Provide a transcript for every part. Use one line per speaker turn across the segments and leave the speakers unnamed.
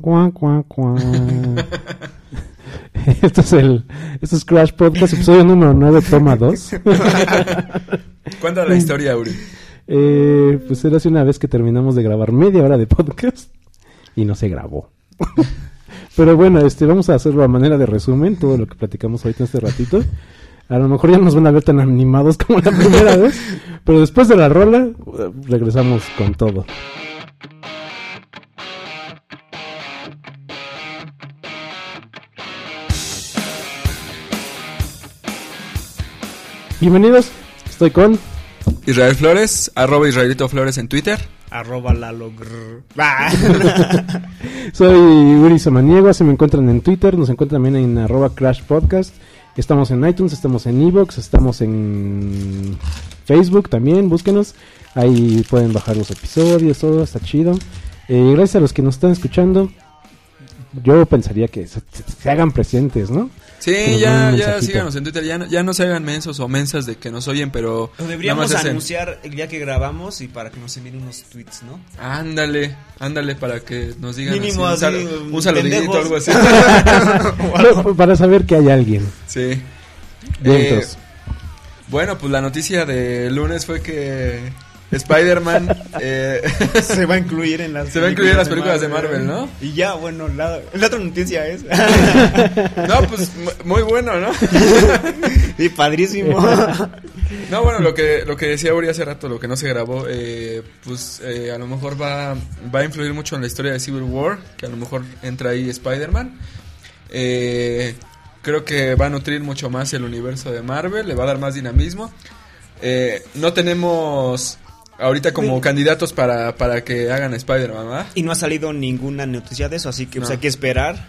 Cuá, cuá, cuá. esto es el esto es Crash Podcast, episodio número 9, toma 2.
Cuenta la historia, Uri.
Eh, pues era hace una vez que terminamos de grabar media hora de podcast y no se grabó. Pero bueno, este, vamos a hacerlo a manera de resumen, todo lo que platicamos ahorita este ratito. A lo mejor ya nos van a ver tan animados como la primera vez, pero después de la rola eh, regresamos con todo. Bienvenidos, estoy con
Israel Flores, arroba Israelito Flores en Twitter.
Arroba Lalo Grr. Bah.
Soy Uri Samaniego, se me encuentran en Twitter, nos encuentran también en arroba Crash Podcast. Estamos en iTunes, estamos en Evox, estamos en Facebook también, búsquenos. Ahí pueden bajar los episodios, todo está chido. Eh, gracias a los que nos están escuchando. Yo pensaría que se, se- se hagan presentes, ¿no? Que
Sí,
nos
ya,
manden un
ya,
mensajito.
síganos en Twitter. Ya, no- ya no se hagan mensos o mensas de que nos oyen, pero.
Lo
nada
deberíamos
más hacen-
anunciar el día que grabamos y para que nos envíen unos tweets, ¿no?
Ándale, ándale para que nos digan.
Mínimo
así, un,
así,
sal-
um,
un saludito o
pendejos.
algo así.
No, Para saber que hay alguien.
sí. Eh,
Vientos.
bueno, pues la noticia de lunes fue que Spider-Man. eh,
Se va a incluir en las
Se va a incluir en las películas de Marvel,
Y ya, bueno, la, la otra noticia es.
no, pues mu- muy bueno, ¿no?
y padrísimo.
No, bueno, lo que, lo que decía Uri hace rato, lo que no se grabó, eh, pues eh, a lo mejor va, va a influir mucho en la historia de Civil War, que a lo mejor entra ahí Spider-Man. Eh, creo que va a nutrir mucho más el universo de Marvel, le va a dar más dinamismo. Eh, no tenemos ahorita como candidatos para, para que hagan Spider-Man, ¿verdad?
¿Ah?
y no ha salido ninguna noticia de eso, así que pues,
No.
hay que esperar.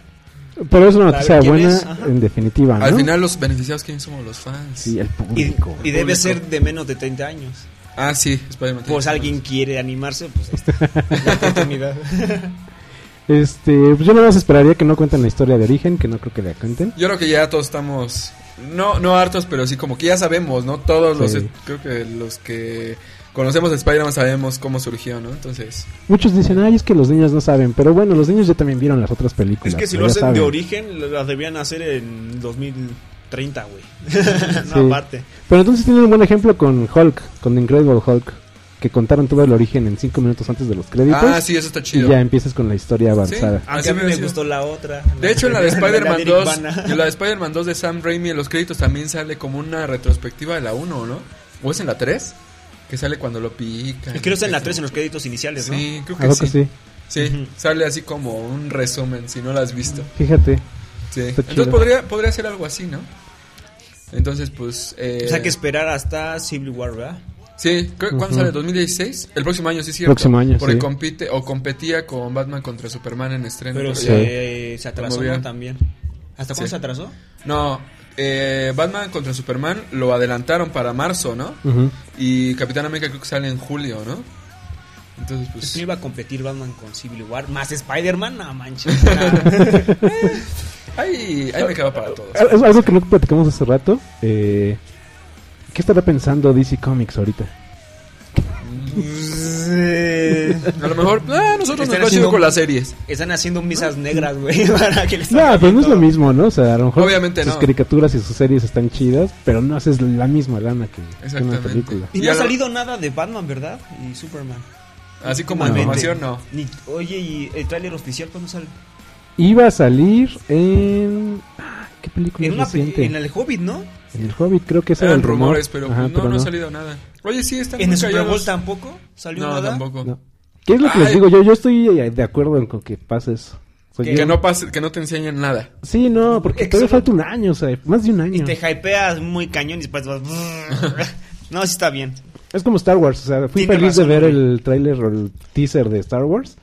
Pero es una
a
noticia
ver, ¿quién
buena,
es? Ajá.
en definitiva, ¿no?
Al final los beneficiados, ¿quiénes somos los fans?
Sí, el
Y,
público.
y debe
Público.
ser de menos de 30 años.
Ah, sí, Spider-Man.
Pues alguien quiere animarse, pues ahí está. La oportunidad.
Este, pues yo nada más esperaría que no cuenten la historia de origen, que no creo que la cuenten.
Yo creo que ya todos estamos, no, no hartos, pero sí como que ya sabemos, ¿no? Todos los,
Sí.
creo que los que conocemos a Spider-Man sabemos cómo surgió, ¿no? Entonces,
Muchos dicen, ay, es que los niños no saben, pero bueno, los niños ya también vieron las otras películas.
es que si
¿no?
lo
Ya
hacen de
saben.
origen, las debían hacer en 2030, güey. no,
Sí.
aparte.
Pero entonces tienen un buen ejemplo con Hulk, con The Incredible Hulk, que contaron todo el origen en cinco minutos antes de los créditos.
ah, sí, eso está
Y pues?
chido.
ya empiezas con la historia avanzada.
Ah, Sí. Así
Aunque a mí
hubiera
me
sido.
gustó la otra.
De hecho, en la de Spider-Man
Eric
2,
Bana.
en la de Spider-Man 2 de Sam Raimi en los créditos también sale como una retrospectiva de la 1, ¿no? ¿O es en la 3? Que sale cuando lo pica.
Creo que es en la 3 en los créditos iniciales, ¿no?
Sí, creo
Algo
que
que
sí. Sí,
sí.
Ujú.
sale así como un resumen, si no lo has visto.
Fíjate.
Sí.
Está
Entonces
chido.
podría, podría ser algo así, ¿no? Entonces, pues... Eh,
O sea, hay que esperar hasta Civil War, ¿verdad?
Sí, creo- ¿cuándo
Ujú.
sale? ¿2016? El próximo año, sí, cierto.
Próximo año,
Porque
sí.
compite o competía con Batman contra Superman en estreno.
Pero
pero
Sí.
ya-
se, se atrasó
Muy bien.
¿no? también. ¿Hasta cuándo
Sí.
se atrasó?
No, eh, Batman contra Superman lo adelantaron para marzo, ¿no?
Ujú.
Y Capitán América creo que sale en julio, ¿no? Entonces,
Pues
pues...
no iba a competir Batman con Civil War, más Spider-Man, no manches. nah.
Ahí, ahí me queda para todos.
Al- Algo que no platicamos hace rato. eh, ¿Qué estará pensando DC Comics ahorita?
Pues, eh,
A lo mejor, ah, nosotros nos
Están
va chido
haciendo-
con las series.
Están haciendo misas negras, güey, para que les
No, pero pues no es lo mismo, ¿no? O sea, a lo mejor
Obviamente
sus
no.
caricaturas y sus series están chidas, pero no haces la misma lana que que una
Exactamente.
película.
Y
Y
no ha
a lo-
salido nada de Batman, ¿verdad? Y Superman.
Así como
Obviamente.
información, no.
Ni, oye, ¿y el tráiler oficial cuándo sale?
Iba a salir en... ah, ¿Qué película
En, una, pe-
reciente?
en el Hobbit, ¿no?
En el Hobbit creo que ese era
Eran
el rumor.
rumores, pero,
Ajá,
pues, no,
pero
no, ha salido nada. Oye, sí, están
En
muy
el Super Bowl
callados.
tampoco salió
No,
nada.
tampoco.
No. ¿Qué es lo que les
Ay.
digo? Yo, yo estoy eh, de acuerdo en con que pases. O sea,
Que,
yo-
que no pase, que no te enseñen nada.
Sí, no, porque
Es que
todavía
solo-
falta un año, o sea, más de un
Y
año.
te hypeas muy cañón y después vas. No, sí está bien.
Es como Star Wars, o sea, fui
Tiene
feliz
razón,
de ver
güey.
el tráiler o el teaser de Star Wars,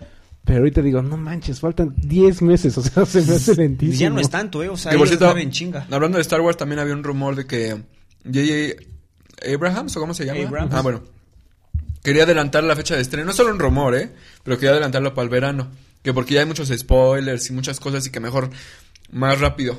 pero ahorita digo, no manches, faltan 10 meses, o sea, se me hace lentísimo.
Ya no es tanto, ¿eh? O sea,
Que, por
ellos
cierto,
saben chinga.
Hablando de Star Wars, también había un rumor de que J.J. Abrahams, ¿o cómo se llama?
Abrams.
Ah, bueno. Quería adelantar la fecha de estreno. No es solo un rumor, ¿eh? Pero quería adelantarlo para el verano. Que porque ya hay muchos spoilers y muchas cosas y que mejor más rápido.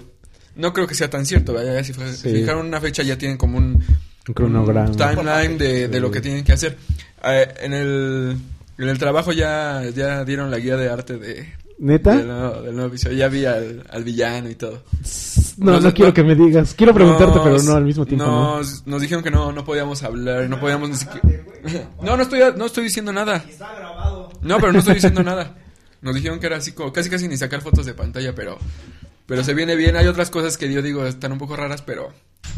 No creo que sea tan cierto, ¿verdad? Ya si fue-
Sí.
fijaron una fecha ya tienen como un,
Un cronograma.
un timeline de, de
Sí.
lo que tienen que Ah, hacer. Eh, en, el, en el trabajo ya, ya dieron la guía de arte de,
¿Neta?
Del nuevo, del nuevo episodio. Ya vi al, al villano y todo.
No, no,
no,
quiero
no.
que me digas. Quiero preguntarte,
Nos-
pero no al mismo tiempo. No.
Nos, nos dijeron que no, no podíamos hablar, no podíamos ni
Ah,
siquiera... No, no estoy, no estoy diciendo nada.
Está grabado.
No, pero no estoy diciendo nada. Nos dijeron que era así como casi casi ni sacar fotos de pantalla, pero pero se viene bien. Hay otras cosas que yo digo están un poco raras, pero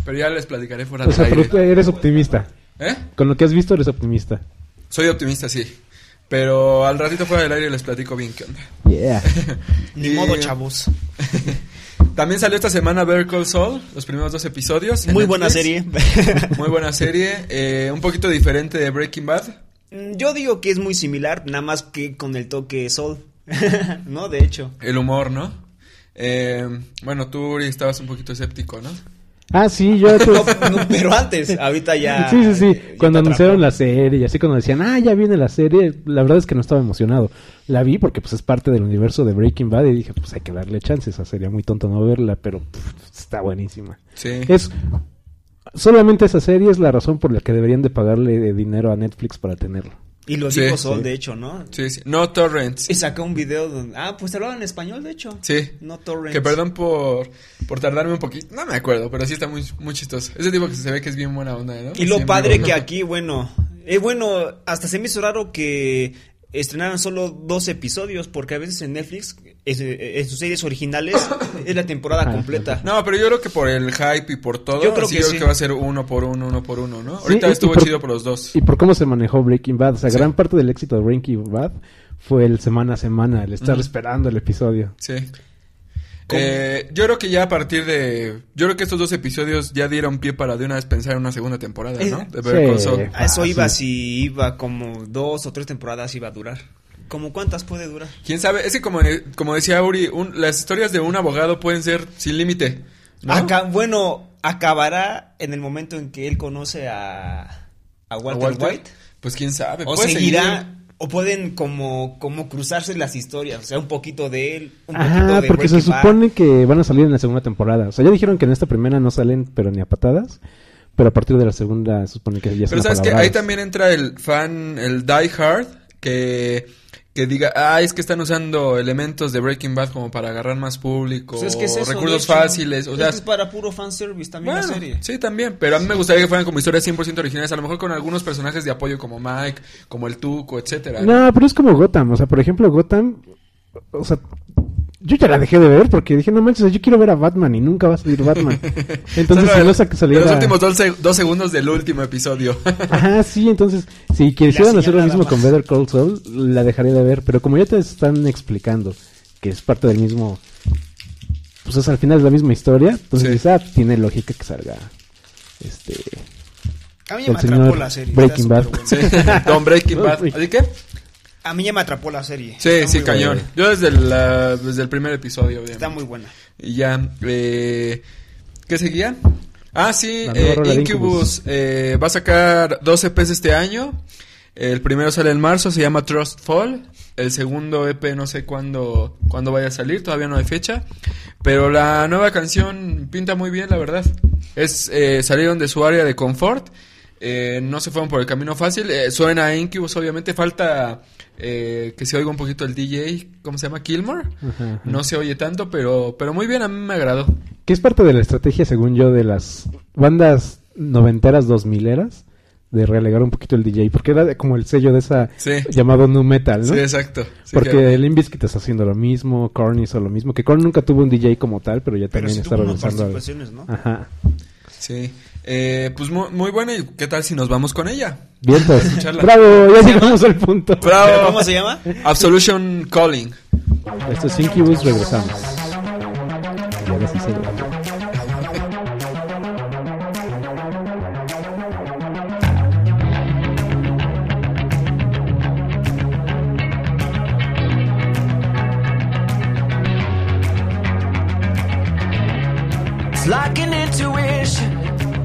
pero ya les platicaré fuera
O
del
sea, pero
aire.
tú eres optimista.
¿Eh?
Con lo que has visto, eres optimista.
Soy optimista, sí. Pero al ratito fuera del aire les platico bien qué onda.
Yeah.
Ni
Y-
modo, chavos.
También salió esta semana Better Call Saul, los primeros dos episodios. en
Muy buena
Netflix.
serie.
Muy buena serie. eh, un poquito diferente de Breaking Bad.
Mm, Yo digo que es muy similar, nada más que con el toque sol. no, de hecho.
El humor, ¿no? Eh, bueno, tú Uri, estabas un poquito escéptico, ¿no?
Ah, sí, yo. te-
No, no, pero antes, ahorita ya.
sí, sí, sí.
eh, ya
Cuando
te
anunciaron
atrapó.
la serie y así cuando decían, ah, ya viene la serie, la verdad es que no estaba emocionado. La vi porque pues es parte del universo de Breaking Bad y dije, pues hay que darle chance, esa sería muy tonto no verla, pero pff, está buenísima.
Sí.
Es solamente esa serie es la razón por la que deberían de pagarle de dinero a Netflix para tenerlo.
Y lo
Sí,
dijo Sol,
sí.
de hecho, ¿no?
Sí, sí. No Torrents.
Y sacó un video donde. Ah, pues hablaba en español, de hecho.
Sí.
No Torrents.
Que perdón por, por tardarme un poquito. No me acuerdo, pero sí está muy, muy chistoso. Ese tipo que se ve que es bien buena onda, ¿no?
Y lo
Sí, muy
padre
bueno.
que aquí, bueno, eh, bueno, hasta se me hizo raro que estrenaran solo dos episodios, porque a veces en Netflix, es- eh, en sus series originales, es la temporada
Ah,
completa.
No, pero yo creo que por el hype y por todo, yo creo, que,
sí.
va a ser uno por uno, uno por uno, ¿no?
Sí,
Ahorita
y- y
estuvo
por-
chido por los dos.
Y por cómo se manejó Breaking Bad, o sea,
Sí.
gran parte del éxito de Breaking Bad fue el semana a semana, el estar esperando el episodio.
Sí.
¿Cómo?
Eh, yo creo que ya a partir de... Yo creo que estos dos episodios ya dieron pie para de una vez pensar en una segunda temporada,
Eh,
¿no? De Better Call Saul.
Ah, sí.
A eso iba si iba como dos o tres temporadas iba a durar. ¿Como cuántas puede durar?
¿Quién sabe? Ese, como, eh, como decía Uri, un- las historias de un abogado pueden ser sin límite. ¿no?
Aca- bueno, acabará en el momento en que él conoce a, a
¿O
Walter, White.
Pues quién sabe.
O
puede
seguirá,
seguir.
o pueden como, como cruzarse las historias, o sea, un poquito de él, un poquito
Ajá,
de
porque se
Breaking Bad.
supone que van a salir en la segunda temporada. O sea, ya dijeron que en esta primera no salen, pero ni a patadas. Pero a partir de la segunda se supone que ya son
Pero sabes que
apalabradas.
ahí también entra el fan, el die hard, que, que diga, ah, es que están usando elementos de Breaking Bad como para agarrar más público,
Pues es que es eso, de
recursos
hecho.
fáciles, o
Es
sea,
que es para puro fanservice también
bueno,
la serie.
sí, también, pero a mí me gustaría que fueran como historias 100% originales, a lo mejor con algunos personajes de apoyo como Mike, como el Tuco, etcétera.
No, pero es como Gotham. O sea, por ejemplo, Gotham. O sea, yo ya la dejé de ver porque dije, no manches, yo quiero ver a Batman y nunca va a salir Batman. Entonces,
Solo
si
el-
no sa- que saliera.
Los últimos dos, se- dos segundos del último episodio.
Ajá, sí, entonces, si quisieran
La
hacer lo
señal
mismo
nada
con
más.
Better Call Saul, la dejaría de ver. Pero como ya te están explicando que es parte del mismo. Pues es al final es la misma historia. Entonces,
Sí.
dices, ah, tiene lógica que salga. Este.
A mí ya
El
me atrapó
señor
la serie.
Breaking
está súper
Bad.
buena.
Sí, Don Breaking Bad. ¿Así que?
A mí ya me atrapó la serie.
Sí,
Está
sí,
muy buena.
cañón. Yo desde, la- desde el primer episodio, obviamente.
Está muy buena.
Y ya, eh, ¿qué seguía? Ah, sí,
La nueva
eh,
rola de
Incubus eh, va a sacar 12 EPs este año. El primero sale en marzo, se llama Trust Fall. El segundo EP no sé cuándo, cuándo vaya a salir, todavía no hay fecha. Pero la nueva canción pinta muy bien, la verdad. Es, eh, salieron de su área de confort. eh, no se fueron por el camino fácil. eh, suena a Incubus, obviamente. Falta eh, que se oiga un poquito el DJ, ¿cómo se llama? Kilmore.
Ajá.
No se oye tanto, pero, pero muy bien, a mí me agradó.
Que es parte de la estrategia, según yo, de las bandas noventeras, dos mileras, de relegar un poquito el DJ, porque era de- como el sello de esa
Sí.
llamado nu metal, ¿no?
Sí, exacto. Sí,
porque
claro.
el Inviskit está haciendo lo mismo, Korn hizo lo mismo, que Korn nunca tuvo un DJ como tal, pero ya
Pero
también
sí
está
tuvo unas
regresando al...
participaciones, ¿no?
Ajá.
Sí. Eh, pues mu- muy, buena, ¿y qué tal si nos vamos con ella?
Vientos.
Escucharla.
Bravo, ya llegamos al punto.
¿Pero
¡Bravo!
¿Cómo se llama?
Absolution Calling.
Esto es Incubus, regresamos. Y ahora sí se va.
It's like an intuition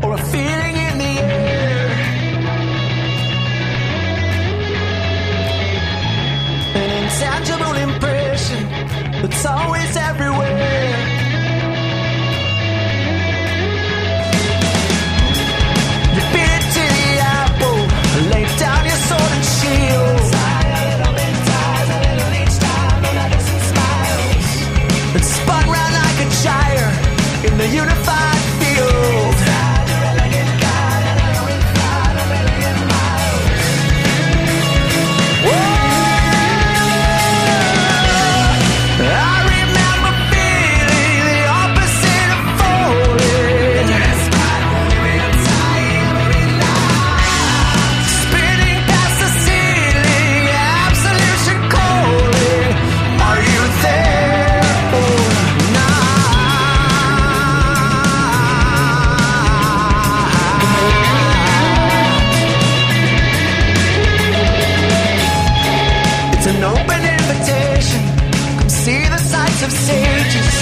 or a feeling in the air. An intangible impression that's always everywhere. You bit to the apple, lay down your sword and shield. Tired, I've been tired, a little each time, and I listen smile. an open invitation. Come see the sights of sages.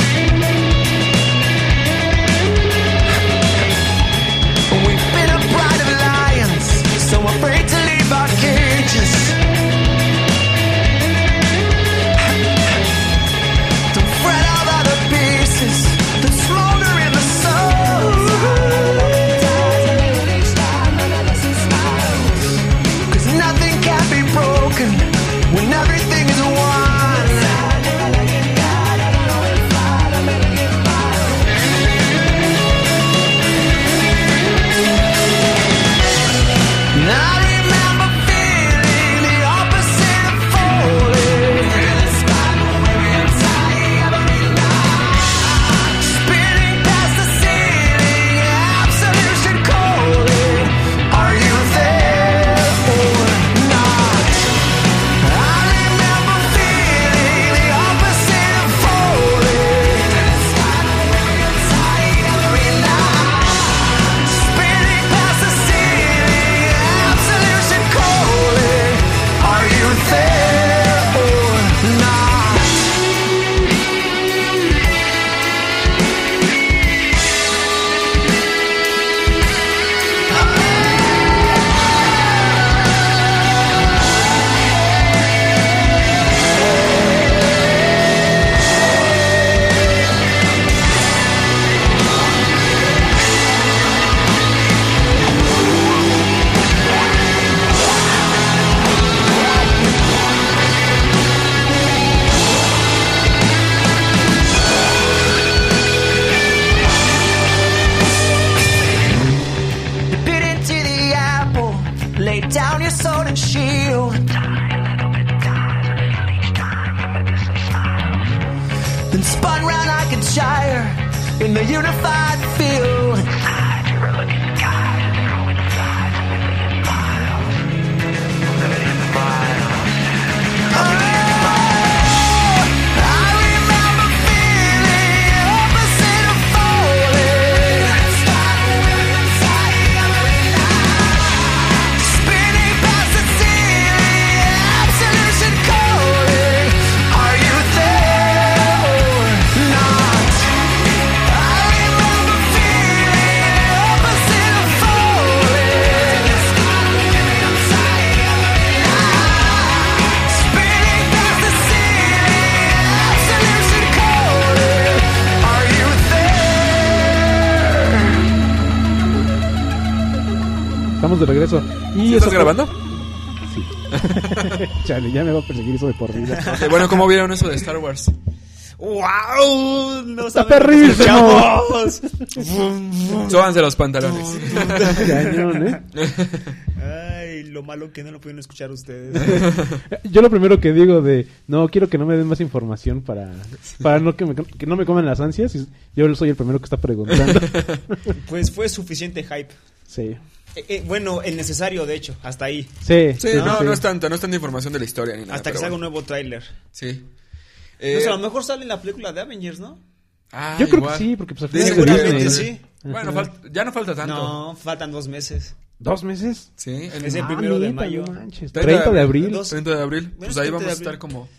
We've been a pride of lions, so afraid to leave our cages. Don't fret all other pieces that smolder in the soul. Cause nothing can be broken when everything is one. And I remember feeling the opposite of falling. Spinning past the ceiling, absolution calling. Are you there or not? I remember feeling the opposite of falling. Spinning past the ceiling, absolution calling. Are you there or not? bit into the apple. Lay down your sword and shield. Then spun round like a gyre in the unified field. I remember feeling opposite of falling. Spinning past the ceiling, absolution calling. Are you there or not? I remember feeling opposite of falling. Spinning past the ceiling, absolution calling. Are you there?
Estamos de regreso. Y
¿Sí
eso
¿Estás
fue-
grabando?
Chale, ya me va a perseguir eso de por vida.
Ok, bueno, ¿cómo vieron eso de Star Wars?
¡Wow! No
¡Está
saben lo que
perrísimo!
escuchamos.
Sóbanse los pantalones.
Cañón, ¿eh?
Ay, lo malo que no lo pudieron escuchar ustedes.
Eh, Yo lo primero que digo de, no, quiero que no me den más información para, para no que, me, que no me coman las ansias. y Yo soy el primero que está preguntando.
Pues fue suficiente hype.
Sí.
Eh, eh, bueno, el necesario, de hecho, hasta ahí.
Sí,
Sí,
sí,
no,
sí.
no es tanta, no es tanta información de la historia ni nada.
Hasta que
Ah, pero
salga un
bueno.
nuevo tráiler.
Sí.
No
Eh,
sé, a lo mejor sale en la película de Avengers, ¿no?
ah,
Yo creo
igual.
que sí, porque pues al
Dicen
final es de
que-
Disney.
sí.
Bueno,
Ajá.
fal- ya no falta tanto.
No, faltan dos meses.
¿Dos meses? Ah,
Sí, el Ah,
Es el primero de mayo.
no manches.
30 de
30 de
abril.
abril.
Dos-
30 de abril. Pues
Bueno,
ahí
30
vamos
de
a
abril.
estar como.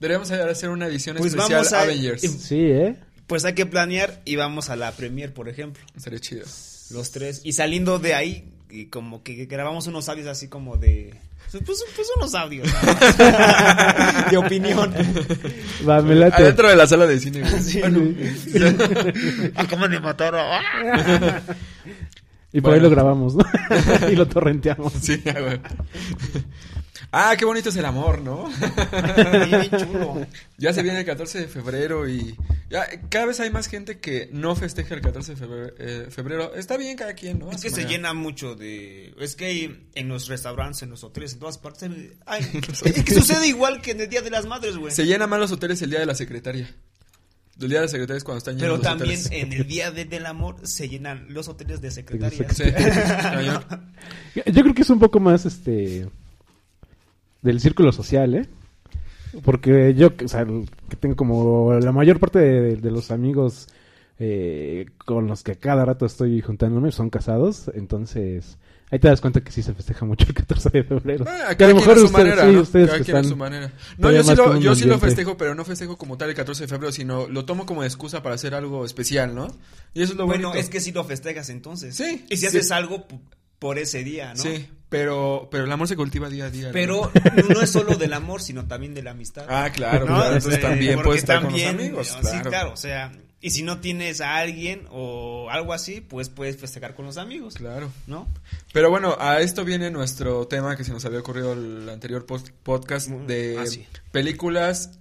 Deberíamos hacer una edición
Pues
especial
vamos a-
Avengers.
y-
Sí, ¿eh?
Pues hay que planear y vamos a la premier, por ejemplo.
Sería chido.
Los tres. Y saliendo de ahí, y como que grabamos unos audios así como de. Pues, pues unos audios. nada más. de opinión.
Va, me late.
Adentro de la sala de cine. güey.
Sí.
Bueno,
Acaban de matar a.
Y por ahí lo
Bueno.
grabamos, ¿no? y lo torrenteamos.
sí, ya, güey. Ah, qué bonito es el amor, ¿no?
Bien chulo.
Ya se viene el 14 de febrero y ya, cada vez hay más gente que no festeja el 14 de febrero. eh, febrero. Está bien cada quien, ¿no? A
Es
su
que se
manera.
llena mucho de. Es que hay en los restaurantes, en los hoteles, en todas partes. ay, es que sucede igual que en el Día de las Madres, güey.
Se llenan más los hoteles el día de la secretaria. El día de la secretaria es cuando están llenos
Pero
los
también
hoteles.
en el Día de- del Amor se llenan los hoteles de secretarias.
Sí, cañón.
Yo creo que es un poco más, este... Del círculo social, ¿eh? Porque yo, o sea, el- que tengo como la mayor parte de, de los amigos eh, con los que cada rato estoy juntándome son casados, entonces Ahí te das cuenta que sí se festeja mucho el 14 de febrero.
Ah,
que a lo
cada quien
mejor
a su
ustedes,
manera,
sí,
¿no?
ustedes
Cada
que
quien a
están...
su manera. No,
todavía
yo sí,
más
lo,
con un
yo sí lo
ambiente.
festejo, pero no festejo como tal el 14 de febrero, sino lo tomo como excusa para hacer algo especial, ¿no? Y eso es lo
Bueno,
bonito.
es que si lo festejas entonces.
Sí,
Y si
sí.
haces algo p- por ese día, ¿no?
Sí, pero, pero el amor se cultiva día a día. ¿no?
Pero no es solo del amor, sino también de la amistad.
Ah, claro,
¿no?
claro, Entonces
Este,
también
porque
puedes estar con
también,
los amigos.
eh,
Claro.
Sí, claro, o sea, y si no tienes a alguien o algo así, pues puedes festejar con los amigos,
Claro.
¿no?
Pero bueno, a esto viene nuestro tema que se nos había ocurrido el anterior post- podcast
Mm,
de
ah, sí.
películas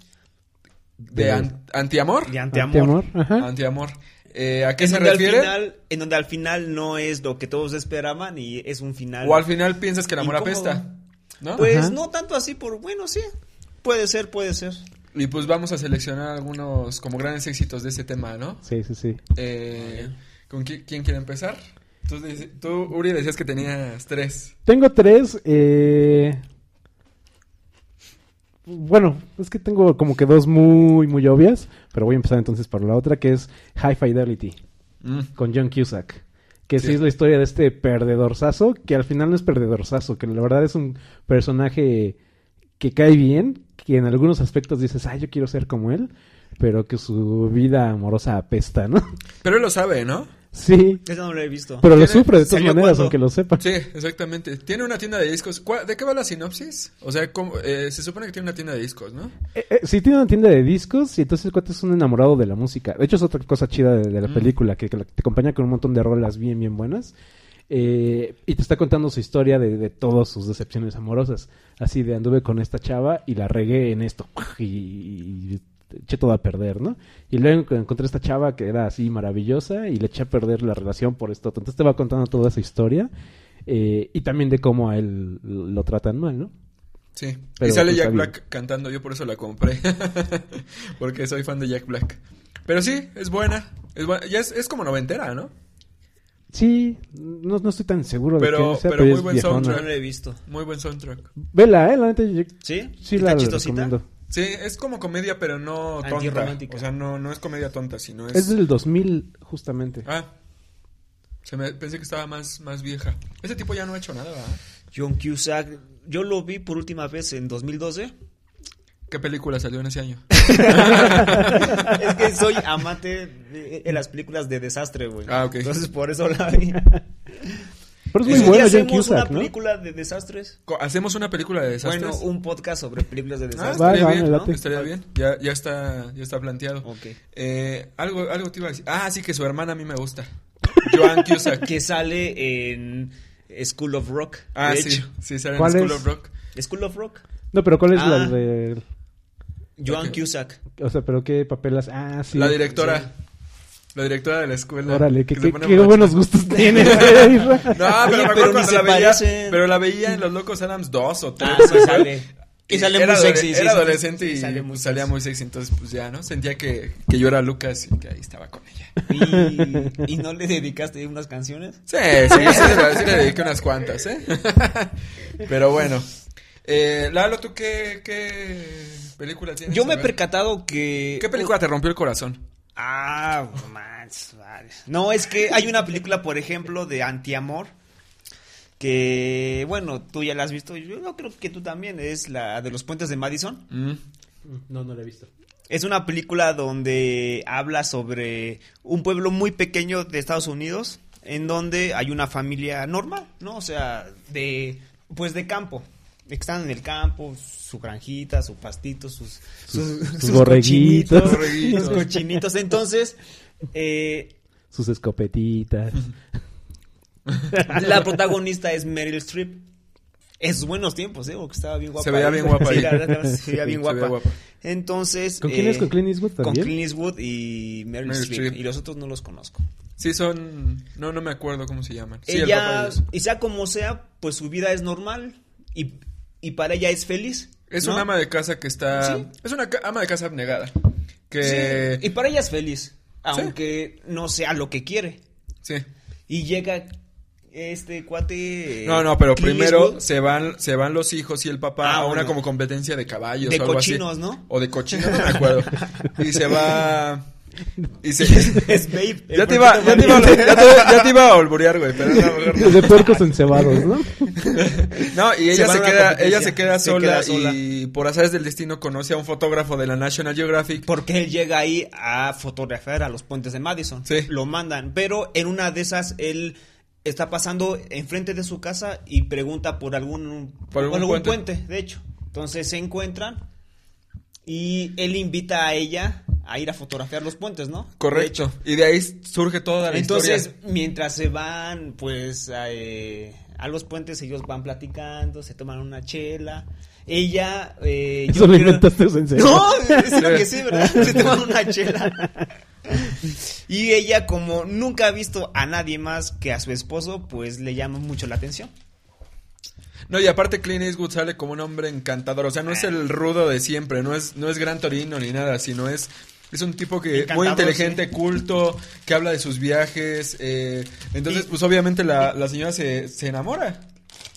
de
De-
an- antiamor.
De
Antiamor,
anteamor.
ajá.
Antiamor. Eh, ¿A qué
En
se
donde al
refiere?
final- en donde al final no es lo que todos esperaban y es un final.
o al final piensas que el amor
Incómodo.
apesta. ¿No?
Pues
Ajá.
no tanto así, por bueno, sí. Puede ser, puede ser.
Y pues vamos a seleccionar algunos como grandes éxitos de ese tema, ¿no?
Sí, sí, sí.
Eh, ¿Con qui- quién quiere empezar? Tú, dice- tú, Uri, decías que tenías tres.
Tengo tres. eh, Bueno, es que tengo como que dos muy, muy obvias. Pero voy a empezar entonces por la otra, que es High Fidelity,
Mm.
con John Cusack. Que sí.
Sí.
es la historia de este perdedorzazo, que al final no es perdedorzazo, que la verdad es un personaje que cae bien, que en algunos aspectos dices, ah, yo quiero ser como él, pero que su vida amorosa apesta, ¿no?
Pero él lo sabe, ¿no?
Sí,
Esa no la he visto.
pero lo
¿Tiene-
sufre de todas
salió
maneras,
cuándo?
aunque lo sepa.
Sí, exactamente. Tiene una tienda de discos. ¿Cuál- ¿De qué va la sinopsis? O sea, ¿cómo- eh, se supone que tiene una tienda de discos, ¿no?
Eh, eh, sí, tiene una tienda de discos y entonces el cuate es un enamorado de la música. De hecho, es otra cosa chida de, de la
Mm.
película, que, que la- te acompaña con un montón de rolas bien, bien buenas. Eh, y te está contando su historia de, de todas sus decepciones amorosas. Así de anduve con esta chava y la regué en esto. Y, y eché todo a perder, ¿no? Y luego enc- encontré esta chava que era así maravillosa y le eché a perder la relación por esto. Entonces te va contando toda esa historia. eh, y también de cómo a él lo tratan mal, ¿no?
Sí.
Pero,
y sale
pues,
Jack
está bien.
Black cantando. Yo por eso la compré. Porque soy fan de Jack Black. Pero sí, es buena. Es buena. Ya es, es como noventera, ¿no?
Sí, no, no estoy tan seguro de
Pero-
quién sea,
pero
pero,
muy
es
buen
viejona.
No
soundtrack.
la he visto.
Muy buen soundtrack.
Vela, eh, la neta, yo-
¿Sí?
sí
¿Está
la
chistosita?
recomiendo.
Sí, es como comedia, pero no tonta.
Antirromántica.
O sea, no, no es comedia tonta, sino es...
Es del 2000, justamente.
Ah. Se me... Pensé que estaba más, más vieja. Ese tipo ya no ha hecho nada, ¿verdad?
John Cusack. Yo lo vi por última vez en 2012.
¿Qué película salió en ese año?
es que soy amante de, de las películas de desastre, güey.
Ah, ok.
Entonces por eso la vi.
Pero es
Un
muy
día
bueno John
hacemos
Cusack,
una
¿no?
película de desastres?
Co- ¿Hacemos una película de desastres?
Bueno, un podcast sobre películas de
Ah,
desastres.
Va,
estaría
va,
bien,
me
¿no?
late.
Estaría bien. Ya, ya está, ya está planteado.
Ok.
Eh, algo, algo te iba a decir. Ah, sí que su hermana a mí me gusta. Joan Cusack.
que sale en School of Rock.
Ah,
de
sí.
hecho.
Sí, sale en
¿Cuál
School
es?
of Rock.
School of Rock.
No, pero ¿cuál es
Ah.
la de...?
Joan
Ok.
Cusack.
O sea, ¿pero qué papel hace? Ah, sí.
la directora. La directora de la escuela.
Órale, qué,
que se
qué-
pone
qué
borracha.
buenos gustos tienes. eh, Isra.
No,
Oye,
pero, me
pero
acuerdo
ni
cuando
se
la veía,
parecen.
pero la veía en Los Locos Adams 2 o 3.
Ah, sí sale. Y sale muy
era adole-
sexy, sí,
Era
sí,
adolescente
sí,
y
sale muy
salía
sexy.
muy sexy, entonces pues ya, ¿no? Sentía que, que yo era Lucas y que ahí estaba con ella.
¿Y, y no le dedicaste unas canciones?
Sí, sí, sí, le- sí le dediqué unas cuantas, ¿eh? Pero bueno. Eh, Lalo, ¿tú qué, qué película tienes?
Yo
A
me he
ver.
percatado que.
¿Qué película te rompió el corazón?
Ah, más, vale. No, es que hay una película, por ejemplo, de antiamor. Que, bueno, tú ya la has visto. Yo no creo que tú también. Es la de los puentes de Madison.
Mm.
No, no la he visto.
Es una película donde habla sobre un pueblo muy pequeño de Estados Unidos. En donde hay una familia normal, ¿no? O sea, de. Pues de campo. Están en el campo, su granjita, su pastito, sus, sus,
sus borreguitos.
cochinitos,
Borreguitos.
sus cochinitos. Entonces, eh,
Sus escopetitas.
La protagonista es Meryl Streep. En sus buenos tiempos, ¿eh? Porque estaba bien guapa.
Se veía
¿eh?
bien guapa
Sí,
ahí.
la verdad, que se veía bien
Se
guapa.
veía guapa.
Entonces. eh,
¿Con quién es? ¿Con Clint Eastwood
Con
también?
Clint Eastwood y Meryl,
Meryl
Streep.
Streep.
Y los otros no los conozco.
Sí, son... No, no me acuerdo cómo se llaman. Sí, el papá
ella,
de ellos.
y sea como sea, pues su vida es normal. Y, y para ella es feliz.
Es
¿no?
una ama de casa que está...
Sí.
Es una ca- ama de casa abnegada.
Sí, Y
Que...
para ella es feliz. Aunque no sea lo que quiere.
Sí.
Y llega este cuate. eh,
No, no, pero
Clint
primero
Eastwood.
se van, se van los hijos y el papá
Ah,
a una
bueno.
como competencia de caballos
De
o algo
cochinos,
así.
¿no?
O de cochinos, no me acuerdo. Y se va Y se-
es Babe. el
ya, te iba, ya, te iba, a-
puerquito
ya te- ya te iba a olborear, güey, pero no, mejor no.
De puercos encebados, ¿no?
No, y
Se
ella
van
se,
a la
queda,
competencia.
ella se queda
Se
sola,
queda sola.
y por azares del destino conoce a un fotógrafo de la National Geographic.
Porque él llega ahí a fotografiar a los puentes de Madison.
Sí.
Lo mandan. Pero en una de esas, él está pasando enfrente de su casa y pregunta por algún,
Por algún puente.
de hecho. Entonces se encuentran y él invita a ella a ir a fotografiar los puentes, ¿no?
Correcto. Y de ahí surge toda la
Entonces,
historia.
mientras se van, pues, a, eh, a los puentes, ellos van platicando, se toman una chela. Ella, eh,
Eso lo
creo-
inventaste en serio.
No, es lo que sí, ¿verdad? Se toman una chela. Y ella, como nunca ha visto a nadie más que a su esposo, pues le llama mucho la atención.
No, y aparte Clint Eastwood sale como un hombre encantador. O sea, no es el rudo de siempre, no es, no es gran torino ni nada, sino es... Es un tipo que muy
Encantador,
inteligente, culto, que habla de sus viajes. eh, entonces,
Y-
pues obviamente la, la señora se, se enamora,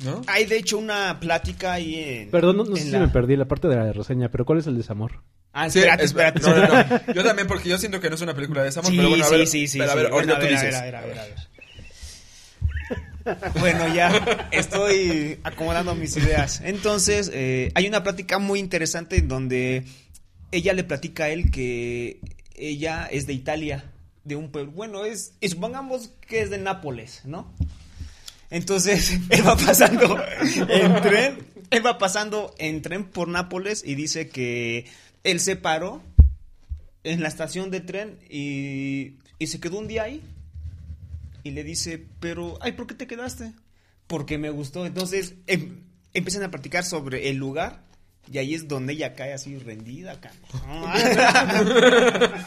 ¿no?
Hay, de hecho, una plática ahí en.
Perdón, no, no sé
en
si
la-
me perdí la parte de la reseña, pero ¿cuál es el desamor?
Ah,
Sí,
espérate,
es-
espérate.
no, no, no. Yo también, porque yo siento que no es una película de desamor,
Sí,
pero bueno, a ver,
sí, sí, sí.
pero a
sí.
ver, ahorita
Bueno, a
tú
ver, a
dices.
ver, a ver, a ver. Bueno, ya estoy acomodando mis ideas. Entonces, eh, hay una plática muy interesante en donde ella le platica a él que ella es de Italia, de un pueblo. Bueno, es, y supongamos que es de Nápoles, ¿no? Entonces, él va pasando en tren, él va pasando en tren por Nápoles y dice que él se paró en la estación de tren y, y se quedó un día ahí. Y le dice, pero, ay, ¿por qué te quedaste? Porque me gustó. Entonces em- empiezan a platicar sobre el lugar y ahí es donde ella cae así rendida. acá.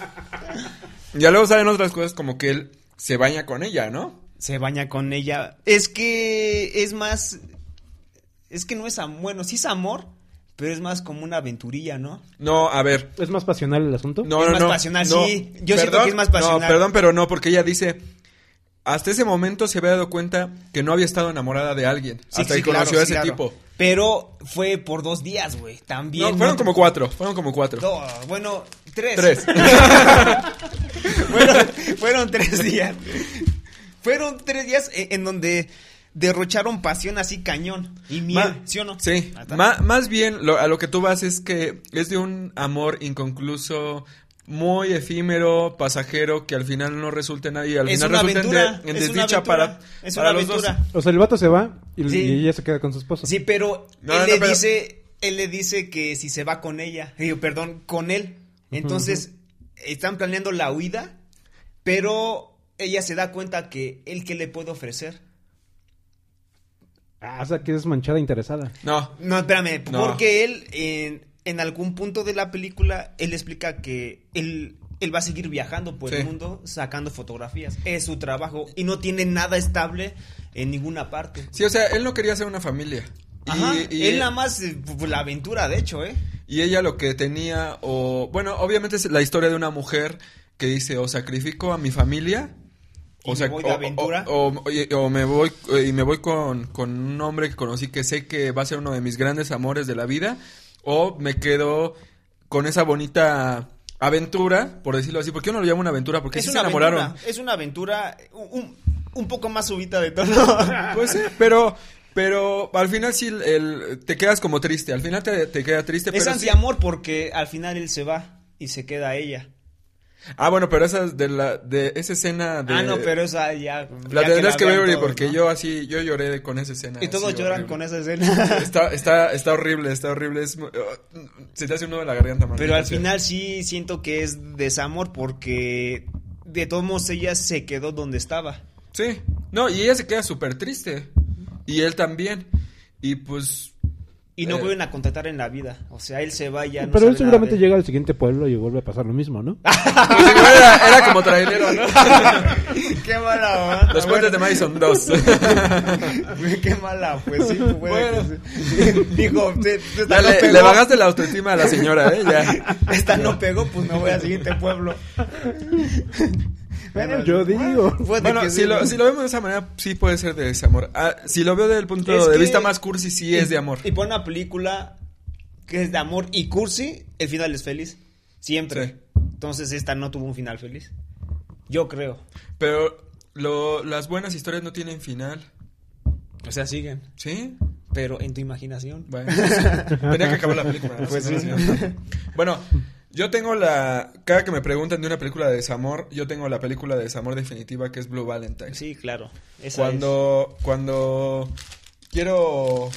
Ya luego salen otras cosas como que él se baña con ella, ¿no?
se baña con ella. Es que es más, es que no es amor, bueno, sí es amor, pero es más como una aventurilla, ¿no?
No, a ver.
¿Es más pasional el asunto?
No,
Es
no,
más
no,
pasional,
no.
sí. Yo siento que es más pasional.
No, perdón, pero no, porque ella dice. Hasta ese momento se había dado cuenta que no había estado enamorada de alguien.
Sí,
hasta
sí,
que conoció
claro,
a
sí,
ese
claro.
tipo.
Pero fue por dos días, güey, también.
no, fueron
te-
como cuatro. Fueron como cuatro.
No, bueno, tres.
Tres.
fueron, fueron tres días. Fueron tres días e- en donde derrocharon pasión así cañón. Y miedo,
Ma-
¿sí o no?
Sí.
Ahí está.
Ma- más bien, lo- a lo que tú vas es que es de un amor inconcluso, muy efímero, pasajero, que al final no resulta en nada y al
es
final
una
resulta en, de-
aventura.
en
es una
desdicha
aventura.
para,
es
para
una
los dos.
aventura.
O sea, el vato se va y,
Sí.
y ella se queda con su esposo.
Sí, pero
No,
él
no,
le
pero-
dice, él le dice que si se va con ella, digo, perdón, con él. Entonces, están planeando la huida, pero ella se da cuenta que él que le puede ofrecer.
Ah, o sea, que es manchada interesada.
No.
No, espérame,
No.
porque él en, en algún punto de la película él explica que él él va a seguir viajando por
Sí.
el mundo sacando fotografías. Es su trabajo y no tiene nada estable en ninguna parte.
Sí, o sea, él no quería hacer una familia. Y-
Ajá,
y-
él nada más eh, fue la aventura, de hecho, ¿eh?
Y ella lo que tenía, o bueno, obviamente es la historia de una mujer que dice, o sacrifico a mi familia,
Y
o,
me
sac-
voy de
o-
aventura.
o- o- oye, o me voy eh, y me voy con, con un hombre que conocí que sé que va a ser uno de mis grandes amores de la vida, o me quedo con esa bonita aventura, por decirlo así, ¿por qué yo no lo llamo una aventura? Porque
es
sí se
una
enamoraron.
aventura, es una aventura un, un- un poco más subida de tono.
Pues sí, pero pero al final sí el- el- te quedas como triste, al final te, te queda triste, pero
es
sí-
antiamor porque al final él se va y se queda ella.
Ah, bueno, pero esa de la de esa escena de
ah, no, pero esa ya.
La
ya
tendrás que,
vean
ver, Uri,
todos,
porque
¿no?
yo así, yo lloré de- con esa escena.
Y todos
así,
lloran
horrible.
con esa escena.
Está, está, está horrible, está horrible. es mu- oh, se te hace un nudo en la garganta, man.
Pero al final sí siento que es desamor porque de todos modos ella se quedó donde estaba.
Sí. No, y ella se queda súper triste. Y él también. Y pues.
Y no
Eh.
vuelven a contratar en la vida. O sea, él se va y ya no
pero él
sabe nada
seguramente
de Ah. él.
llega al siguiente pueblo y vuelve a pasar lo mismo, ¿no?
pues, igual era, era como trailero, ¿no?
Qué mala, onda.
Los puentes de Madison 2.
Güey, Qué mala, pues sí, güey.
Bueno.
Digo, te- te- esta
Ya
no
le,
pegó.
le bajaste la autoestima a la señora, ¿eh? Ya.
Esta no pegó, pues me voy al siguiente pueblo.
Bueno, yo digo.
Puede
Bueno,
que
si
sí.
lo, si lo vemos de esa manera, sí puede ser de desamor. Ah, si lo veo desde el punto
Es
de
que-
vista más cursi, sí es de amor.
Y pon una película que es de amor y cursi, el final es feliz. Siempre.
Sí.
Entonces esta no tuvo un final feliz. Yo creo.
Pero lo- las buenas historias no tienen final.
O sea, siguen.
¿Sí?
Pero en tu imaginación.
Bueno, entonces, tenía que acabar la película. ¿no?
Pues
Si no,
sí.
no, no. Bueno, yo tengo la. Cada que me preguntan de una película de desamor, yo tengo la película de desamor definitiva que es Blue Valentine.
Sí, claro. Esa
cuando. Cuando quiero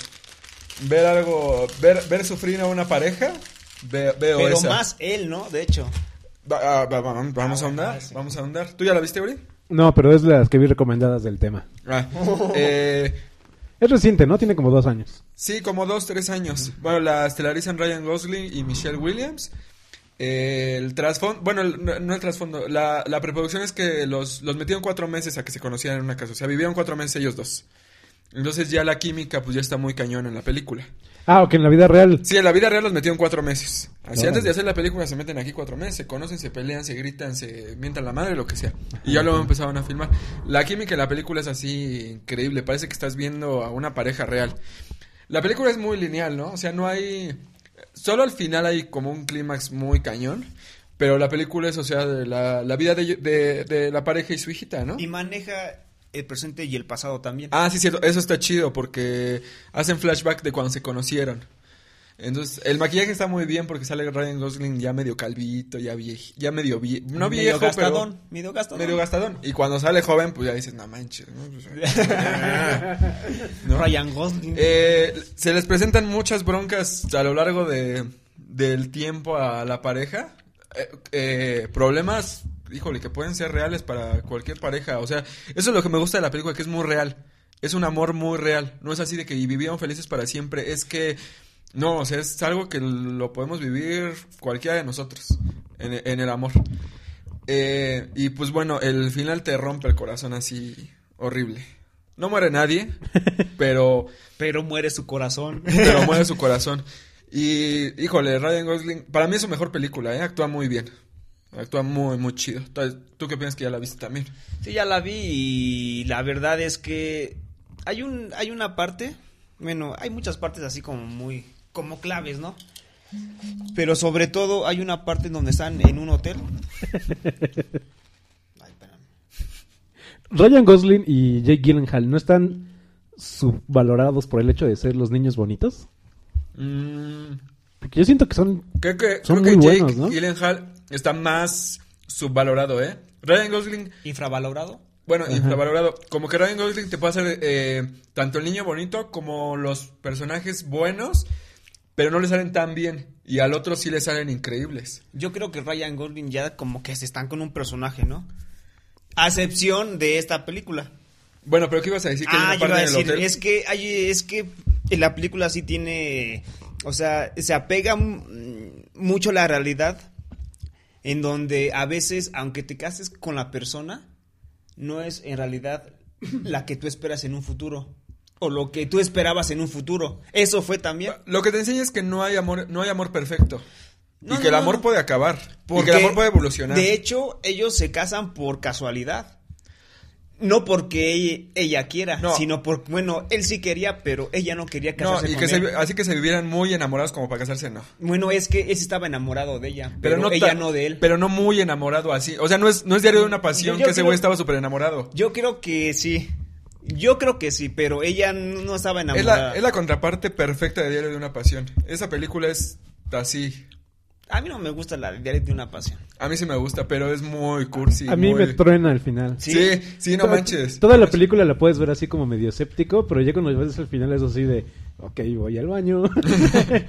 ver algo. Ver, ver sufrir a una pareja, ve-
es.
veo
Pero
esa.
más él, ¿no? De hecho.
Va- ah, va- va- vamos a
Ah,
ahondar,
bueno, sí.
vamos a ahondar. ¿Tú ya la viste, Uri?
No, pero es las que vi recomendadas del tema.
Ah, eh,
Es reciente, ¿no? Tiene como dos años.
Sí, como dos, tres años. Bueno, la estelarizan Ryan Gosling y Michelle Williams. Eh, El trasfondo, bueno, el- no, no el trasfondo, la, la preproducción es que los, los metieron cuatro meses a que se conocieran en una casa. O sea, vivieron cuatro meses ellos dos. Entonces ya la química pues ya está muy cañón en la película.
Ah, ok, en la vida real.
Sí, en la vida real los metieron cuatro meses. Así
Órale.
antes de hacer la película se meten aquí cuatro meses, se conocen, se pelean, se gritan, se mientan la madre, lo que sea. Y ya luego empezaban a filmar. La química en la película es así increíble, parece que estás viendo a una pareja real. La película es muy lineal, ¿no? O sea, no hay... Solo al final hay como un clímax muy cañón, pero la película es, o sea, de la, la vida de, de- de la pareja y su hijita, ¿no?
Y maneja el presente y el pasado también.
Ah, sí, cierto. Eso está chido porque hacen flashback de cuando se conocieron. Entonces, el maquillaje está muy bien porque sale Ryan Gosling ya medio calvito, ya viejo, ya medio viejo, no viejo,
medio gastadón.
pero
Medio gastadón.
medio gastadón. Y cuando sale joven, pues ya dices, no manches. ¿no? ¿No?
Ryan Gosling.
Eh, se les presentan muchas broncas a lo largo de, del tiempo a la pareja. Eh, eh, problemas, híjole, que pueden ser reales para cualquier pareja. O sea, eso es lo que me gusta de la película, que es muy real. Es un amor muy real. No es así de que y vivieron felices para siempre. Es que, no, o sea, es algo que lo podemos vivir cualquiera de nosotros en, en el amor. Eh, y pues bueno, el final te rompe el corazón así horrible. No muere nadie, pero
Pero muere su corazón.
pero mueve su corazón. Y, híjole, Ryan Gosling, para mí es su mejor película, ¿eh? Actúa muy bien. Actúa muy, muy chido. ¿Tú- ¿Tú qué piensas que ya la viste también?
Sí, ya la vi y la verdad es que hay un hay una parte, bueno, hay muchas partes así como muy como claves, ¿no? Pero sobre todo hay una parte en donde están en un hotel. Ay, espérame.
Ryan Gosling y Jake Gyllenhaal no están subvalorados por el hecho de ser los niños bonitos.
Mm,
Porque yo siento que son...
creo que,
Son
creo que
muy
Jake
buenos, ¿no?
Gyllenhaal está más subvalorado, ¿eh? Ryan Gosling,
Infravalorado.
bueno, infravalorado. Como que Ryan Gosling te puede hacer eh, tanto el niño bonito como los personajes buenos, pero no le salen tan bien. Y al otro sí le salen increíbles.
Yo creo que Ryan Gosling ya como que se están con un personaje, ¿no? A excepción de esta película.
Bueno, pero ¿qué ibas a decir? Que hay
ah,
una
yo iba a
parte en el
decir,
hotel.
es que hay, es que en la película sí tiene, o sea, se apega mm, mucho a la realidad, en donde a veces, aunque te cases con la persona, no es en realidad la que tú esperas en un futuro o lo que tú esperabas en un futuro. Eso fue también.
Lo que te enseña es que no hay amor, no hay amor perfecto.
No,
y que
no,
el
no,
amor
no.
puede acabar. y que el amor puede evolucionar.
De hecho, ellos se casan por casualidad. No porque ella, ella quiera,
No.
sino porque, bueno, él sí quería, pero ella no quería
No,
casarse
y
con
que se
él.
vi- así que se vivieran muy enamorados como para casarse, no.
Bueno, es que él sí estaba enamorado de ella, pero,
no
ella
tan-
no de él.
Pero no muy enamorado así. O sea, no es, no es diario de una pasión
Yo- yo
que ese
creo-
güey estaba súper enamorado.
Yo creo que sí. Yo creo que sí, pero ella no estaba
Es la,
enamorada.
es la contraparte perfecta de diario de una pasión. Esa película es así.
A mí no me gusta la idea de una pasión.
A mí sí me gusta, pero es muy cursi.
a mí
muy-
me truena al final.
Sí, sí, no
Toda-
manches.
Toda la película la puedes ver así como medio escéptico, pero ya cuando ves al final es así de... Ok, voy al baño.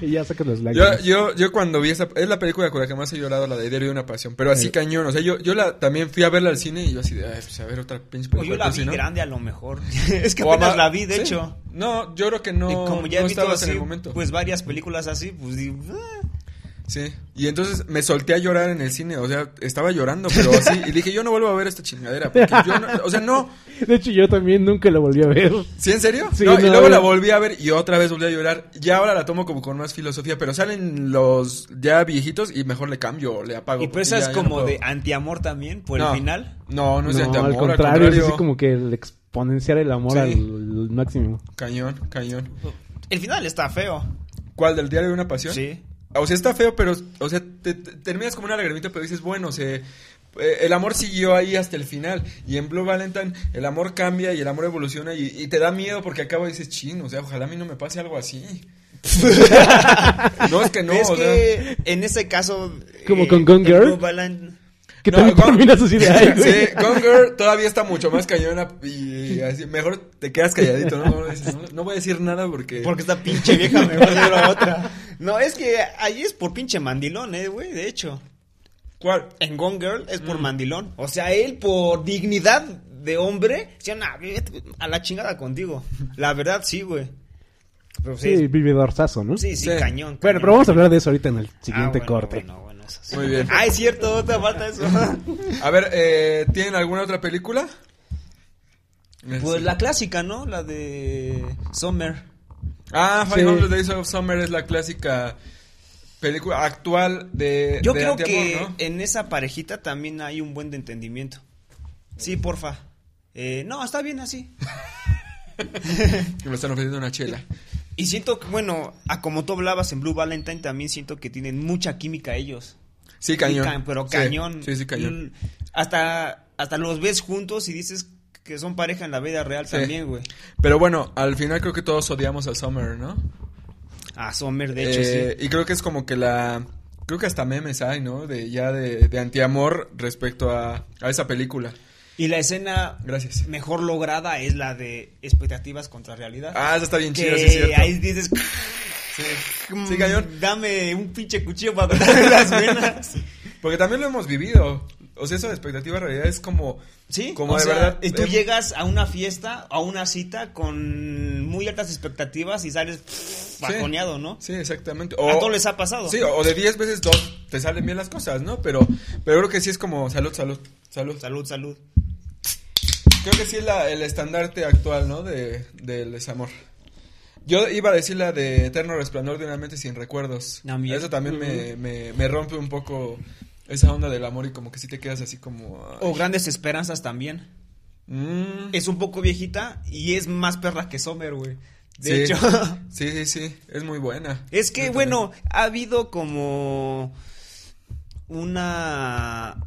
y ya sacas los
Yo,
lágrimas.
yo, yo cuando vi esa... Es la película con la que más he llorado, la de Diario de una Pasión. Pero así
Sí.
cañón. O sea, yo, yo la, también fui a verla al cine y yo así de... Ay, pues a ver otra pinche
O yo
película.
la
cursi,
vi
¿no?
grande a lo mejor. es que
O
apenas
ama-
la vi, de
sí.
hecho.
No, yo creo que no,
y como ya
no
he visto
estabas
así,
en el momento.
pues varias películas así, pues digo, "Ah".
Sí. Y entonces me solté a llorar en el cine. O sea, estaba llorando, pero así. y dije, yo no vuelvo a ver esta chingadera. Porque yo no, o sea, no.
De hecho, yo también nunca la volví a ver.
¿Sí, en serio?
Sí,
no, y
no.
luego la volví a ver y otra vez volví a llorar. Ya ahora la tomo como con más filosofía, pero salen los ya viejitos y mejor le cambio, le apago.
Y pero
porque
esa
ya-
es
ya no
como
puedo.
de antiamor también, por
No.
el final.
No, no es de
No,
antiamor,
al contrario, es así como que el exponenciar el amor
Sí.
al, al máximo.
Cañón, cañón.
El final está feo.
¿Cuál? ¿Del diario de una pasión?
Sí.
o sea, está feo, pero, o sea, te- te- terminas como una lagrimita, pero dices, bueno, se, eh, el amor siguió ahí hasta el final. Y en Blue Valentine el amor cambia y el amor evoluciona y, y te da miedo porque acabo y dices, chin, o sea, ojalá a mí no me pase algo así. no, es que no,
es
o sea.
que en ese caso. eh,
¿Como con Gone
el
Girl?
Bob Alan-
Que
No,
también
Gone-
terminas así de ay, güey.
Sí, Gone Girl todavía está mucho más cañona y así, mejor te quedas calladito, ¿no? No, dices, no, no voy a decir nada porque...
Porque esta pinche vieja me va a hacer a otra. No, es que ahí es por pinche mandilón, eh, güey, de hecho.
¿Cuál?
En Gone Girl es por mandilón. O sea, él por dignidad de hombre, decía, "Nah, vete a la chingada contigo. La verdad, sí, güey. Pero sí,
Sí, vividorzazo, ¿no?
sí, sí,
Sí.
cañón.
Bueno,
cañón.
pero vamos a hablar de eso ahorita en el
Ah,
siguiente
bueno,
corte.
bueno, bueno, eso sí.
Muy bien.
Ah, es cierto, te falta eso.
A ver, eh, ¿tienen alguna otra película? Este.
pues la clásica, ¿no? La de Summer.
Ah,
Sí.
500 Days of Summer es la clásica película actual de...
Yo
de
creo
antiamor,
que
¿no?
en esa parejita también hay un buen de entendimiento. Sí, porfa. Eh, no, está bien así.
Que me están ofreciendo una chela.
Y siento que, bueno, a como tú hablabas en Blue Valentine, también siento que tienen mucha química ellos.
Sí, cañón.
Y ca- pero
Sí,
cañón.
Sí, sí, cañón.
Mm, Hasta, hasta los ves juntos y dices que son pareja en la vida real
Sí.
también, güey.
Pero bueno, al final creo que todos odiamos a Summer, ¿no?
A Sommer, de hecho,
Eh,
sí.
Y creo que es como que la... Creo que hasta memes hay, ¿no? De ya de, de antiamor respecto a, a esa película.
Y la escena
Gracias.
mejor lograda es la de expectativas contra realidad.
Ah, esa está bien chida, sí, es
que
cierto.
ahí dices, mm,
Sí. Sí, cañón.
Dame un pinche cuchillo para cortarme las venas.
Porque también lo hemos vivido. O sea, eso de expectativa en realidad es como...
Sí,
como
o
de
sea,
verdad.
Y tú
eh,
llegas a una fiesta, a una cita con muy altas expectativas y sales pff,
Sí.
bajoneado, ¿no?
Sí, exactamente. O,
a todos les ha pasado.
Sí, o de 10 veces dos te salen bien las cosas, ¿no? Pero, pero creo que sí es como salud, salud, salud.
Salud, salud.
Creo que sí es la, el estandarte actual, ¿no? De, del desamor. Yo iba a decir la de Eterno Resplandor de una mente sin recuerdos.
También.
Eso también me, me, me rompe un poco esa onda del amor y como que sí te quedas así como... ay,
O grandes esperanzas también.
mm,
Es un poco viejita y es más perra que Sommer, güey. De
sí.
hecho.
Sí, sí, sí. Es muy buena.
Es que,
Yo
bueno, ha habido como una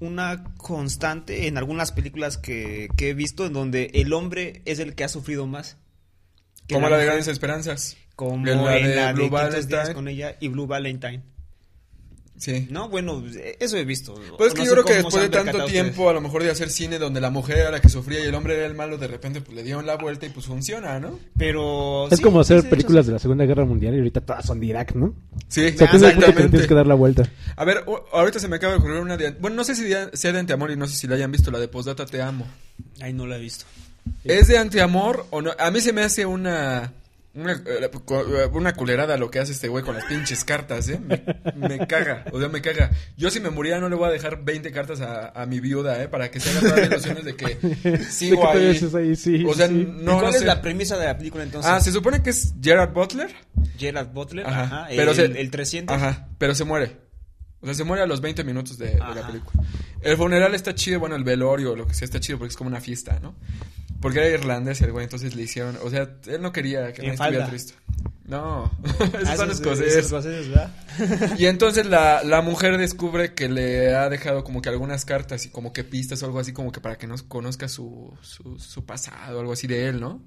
una constante en algunas películas que, que he visto en donde el hombre es el que ha sufrido más.
también.
Que
Como la de
mujer,
Grandes Esperanzas.
como
en la de Blue
500 días
Valentine.
con ella y Blue Valentine.
Sí.
No, bueno, eso he visto.
Pues es que
No
yo
sé
creo que
cómo
después
se
de
han
tanto
percatado
tiempo, a lo mejor de hacer cine donde la mujer era la que sufría y el hombre era el malo, de repente pues, le dieron la vuelta y pues funciona, ¿no?
ustedes. Pero
Es
sí,
como hacer
sí, de hecho,
películas de la Segunda Guerra Mundial y ahorita todas son de Irak, ¿no?
Sí,
O sea, tienes el punto que le tienes que
exactamente.
dar la vuelta.
A ver, o- ahorita se me acaba de ocurrir una de... Bueno, no sé si de- sea de Antiamor y no sé si la hayan visto, la de Postdata Te Amo.
Ay, no la he visto.
¿Es de Antiamor o no? A mí se me hace una... Una, eh, co- eh, una culerada lo que hace este güey con las pinches cartas, ¿eh? Me, me caga, o sea, me caga. Yo si me muriera no le voy a dejar 20 cartas a, a mi viuda, ¿eh? Para que se haga todas las ilusiones de que
De
sigo
que todavía
ahí.
estás ahí, sí,
o sea,
sí.
no,
¿Y ¿Cuál
no
es
sé.
la premisa de la película entonces?
Ah, se supone que es Gerard Butler.
Gerard Butler,
Ajá.
ajá,
pero
el,
se,
el 300.
Ajá. Pero se muere. O sea, se muere a los 20 minutos de, de la
Ajá.
película. El funeral está chido, bueno, el velorio, lo que sea, está chido porque es como una fiesta, ¿no? Porque era irlandés el güey, entonces le hicieron. O sea, él no quería que
En
nadie estuviera
falda.
triste. No, esos
Ah,
son
esos- esos
escoceses.
escoceses, ¿verdad?
Y entonces la, la mujer descubre que le ha dejado como que algunas cartas y como que pistas o algo así, como que para que nos conozca su, su, su pasado, algo así de él, ¿no?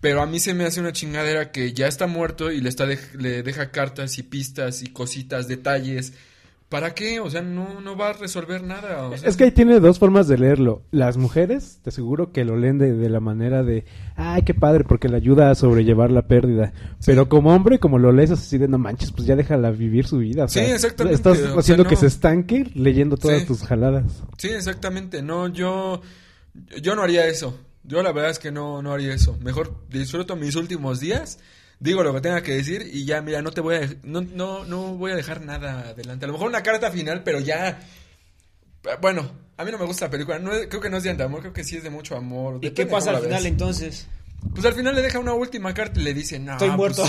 Pero a mí se me hace una chingadera que ya está muerto y le, está dej- le deja cartas y pistas y cositas, detalles. ¿Para qué? O sea, no, no va a resolver nada. o sea,
Es que ahí tiene dos formas de leerlo. Las mujeres, te aseguro que lo leen de, de la manera de, ay, qué padre, porque le ayuda a sobrellevar la pérdida. Pero como hombre, como lo lees es así de, no manches, pues ya déjala vivir su vida. o
Sí,
sea,
exactamente,
Estás
o sea,
haciendo que
no.
se estanque leyendo todas
Sí.
tus jaladas.
Sí, exactamente. No, yo, yo no haría eso. Yo la verdad es que no, no haría eso. Mejor disfruto mis últimos días, digo lo que tenga que decir y ya, mira, no te voy a, dej- no, no, no voy a dejar nada adelante. A lo mejor una carta final, pero ya, bueno, a mí no me gusta la película. No es- creo que no es de amor, creo que sí es de mucho amor.
¿Y
Depende
qué
de
pasa
cómo
al
la
final
veas.
entonces?
Pues al final le deja una última carta y le dice, no.
Estoy
pues-
muerto.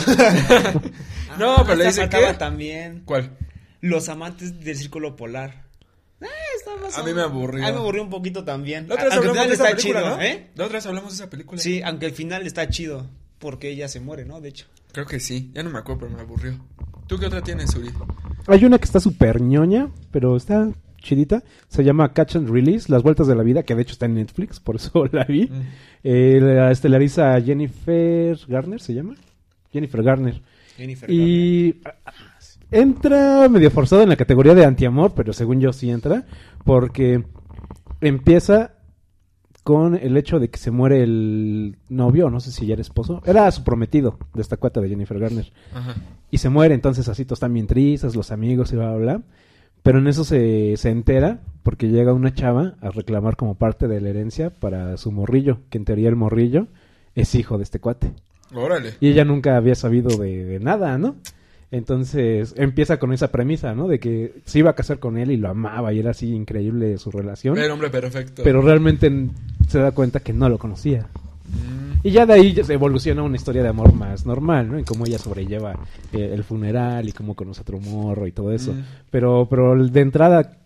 no,
Ah,
pero le dice
esta faltaba
que...
también
¿Cuál?
Los amantes del círculo polar. Ah, está más
A
o-
mí me aburrió.
A mí me aburrió un poquito también.
La otra vez
Aunque
hablamos de
el
esa
final está
película,
chido,
¿no?
¿eh?
La otra vez hablamos de esa película.
Sí, aunque el final está chido porque ella se muere, ¿no? De hecho.
Creo que sí, ya no me acuerdo, pero me aburrió. ¿Tú qué otra tienes, Uri?
Hay una que está súper ñoña, pero está chidita. Se llama Catch and Release, Las Vueltas de la Vida, que de hecho está en Netflix, por eso la vi.
Mm.
Eh, la estelariza Jennifer Garner, ¿se llama? Jennifer Garner.
Jennifer Garner.
Y ah, entra medio forzado en la categoría de antiamor, pero según yo sí entra, porque empieza con el hecho de que se muere el novio, no sé si ya era esposo, era su prometido de esta cuata de Jennifer Garner,
Ajá.
y se muere, entonces así todos están bien tristes, los amigos y bla, bla, bla, pero en eso se, se entera porque llega una chava a reclamar como parte de la herencia para su morrillo, que en teoría el morrillo es hijo de este cuate.
Órale.
Y ella nunca había sabido de, de nada, ¿no? Entonces empieza con esa premisa, ¿no? De que se iba a casar con él y lo amaba y era así increíble su relación.
Era hombre perfecto.
Pero realmente n- se da cuenta que no lo conocía.
Mm.
Y ya de ahí ya se evoluciona una historia de amor más normal, ¿no? En cómo ella sobrelleva eh, el funeral y cómo conoce a otro morro y todo eso.
Mm.
Pero, pero de entrada,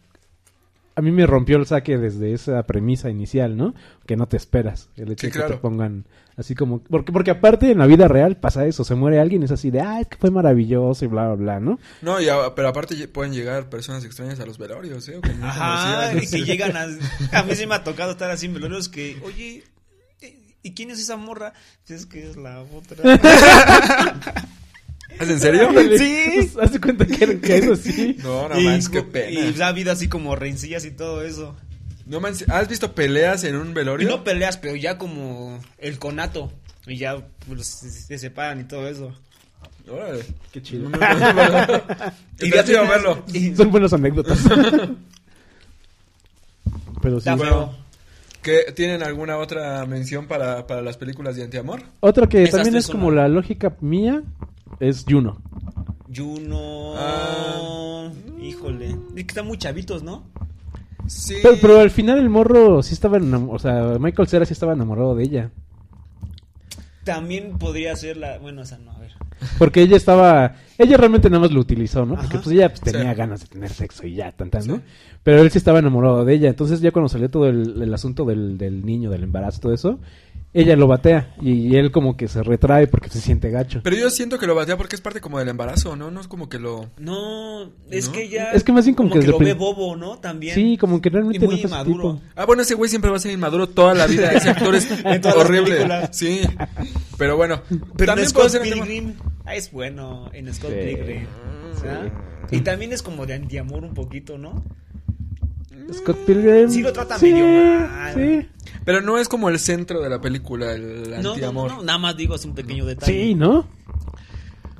a mí me rompió el saque desde esa premisa inicial, ¿no? Que no te esperas. El hecho
Sí,
de que
claro.
te pongan así como... Porque, porque aparte en la vida real pasa eso. Se muere alguien y es así de, ah, es que fue maravilloso y bla, bla, bla, ¿no?
No, y a- pero aparte lle- pueden llegar personas extrañas a los velorios, ¿eh? O que nunca
Ajá,
conocías.
y que llegan a... A mí sí me ha tocado estar así en velorios que, oye, ¿y quién es esa morra? Pues Es que es la otra.
¿Es en serio?
Sí.
Hazte cuenta que, que eso sí.
No, no
y,
manches, qué
y
pena.
ha habido así como rencillas y todo eso.
No manches, ¿has visto peleas en un
Y
velorio?
no peleas, pero ya como el conato. Y ya pues, se, se separan y todo eso.
Órale.
Qué chido.
No, no, no, no, no.
Y
Está chido
tienes-
verlo.
y-
Son buenas anécdotas. pero sí.
Está
bueno.
feo.
¿Qué- ¿Tienen alguna otra mención para, para las películas de antiamor?
Otra que
Esas
también
tres
es
son
como la lógica mía es Juno.
Juno.
Ah.
Híjole. Es que están muy chavitos, ¿no?
Sí.
Pero, pero al final el morro sí estaba enamorado, o sea, Michael Cera sí estaba enamorado de ella.
También podría ser la. Bueno, esa no, a ver.
Porque ella estaba, ella realmente nada más lo utilizó, ¿no? Porque
Ajá.
pues ella pues, tenía
Sí.
ganas de tener sexo y ya, tantas,
Sí.
¿no? Pero él sí estaba enamorado de ella. Entonces ya cuando salió todo el, el asunto del, del niño, del embarazo, todo eso, ella lo batea y, él como que se retrae porque se siente gacho.
Pero yo siento que lo batea porque es parte como del embarazo, ¿no? No es como que lo...
No, es
¿No?
que ya.
Es que más bien como que
lo
desde
ve
prin-
bobo, ¿no? También.
Sí, como que realmente
Y muy
no es su
inmaduro.
tipo.
Ah, bueno, ese güey siempre va a ser inmaduro toda la vida. Ese actor es
En todas las
horrible.
películas.
Sí. Pero bueno,
Pero
también
en
puede
Scott
ser antiamor.
Pilgrim. Ah, es bueno en Scott
Sí.
Pilgrim. ¿sabes? Y también es como de antiamor un poquito, ¿no?
Scott Pilgrim.
Sí lo trata
sí,
medio mal.
Sí.
Pero no es como el centro de la película, el
No, no,
antiamor.
no, no, nada más digo así un pequeño detalle.
Sí, ¿no?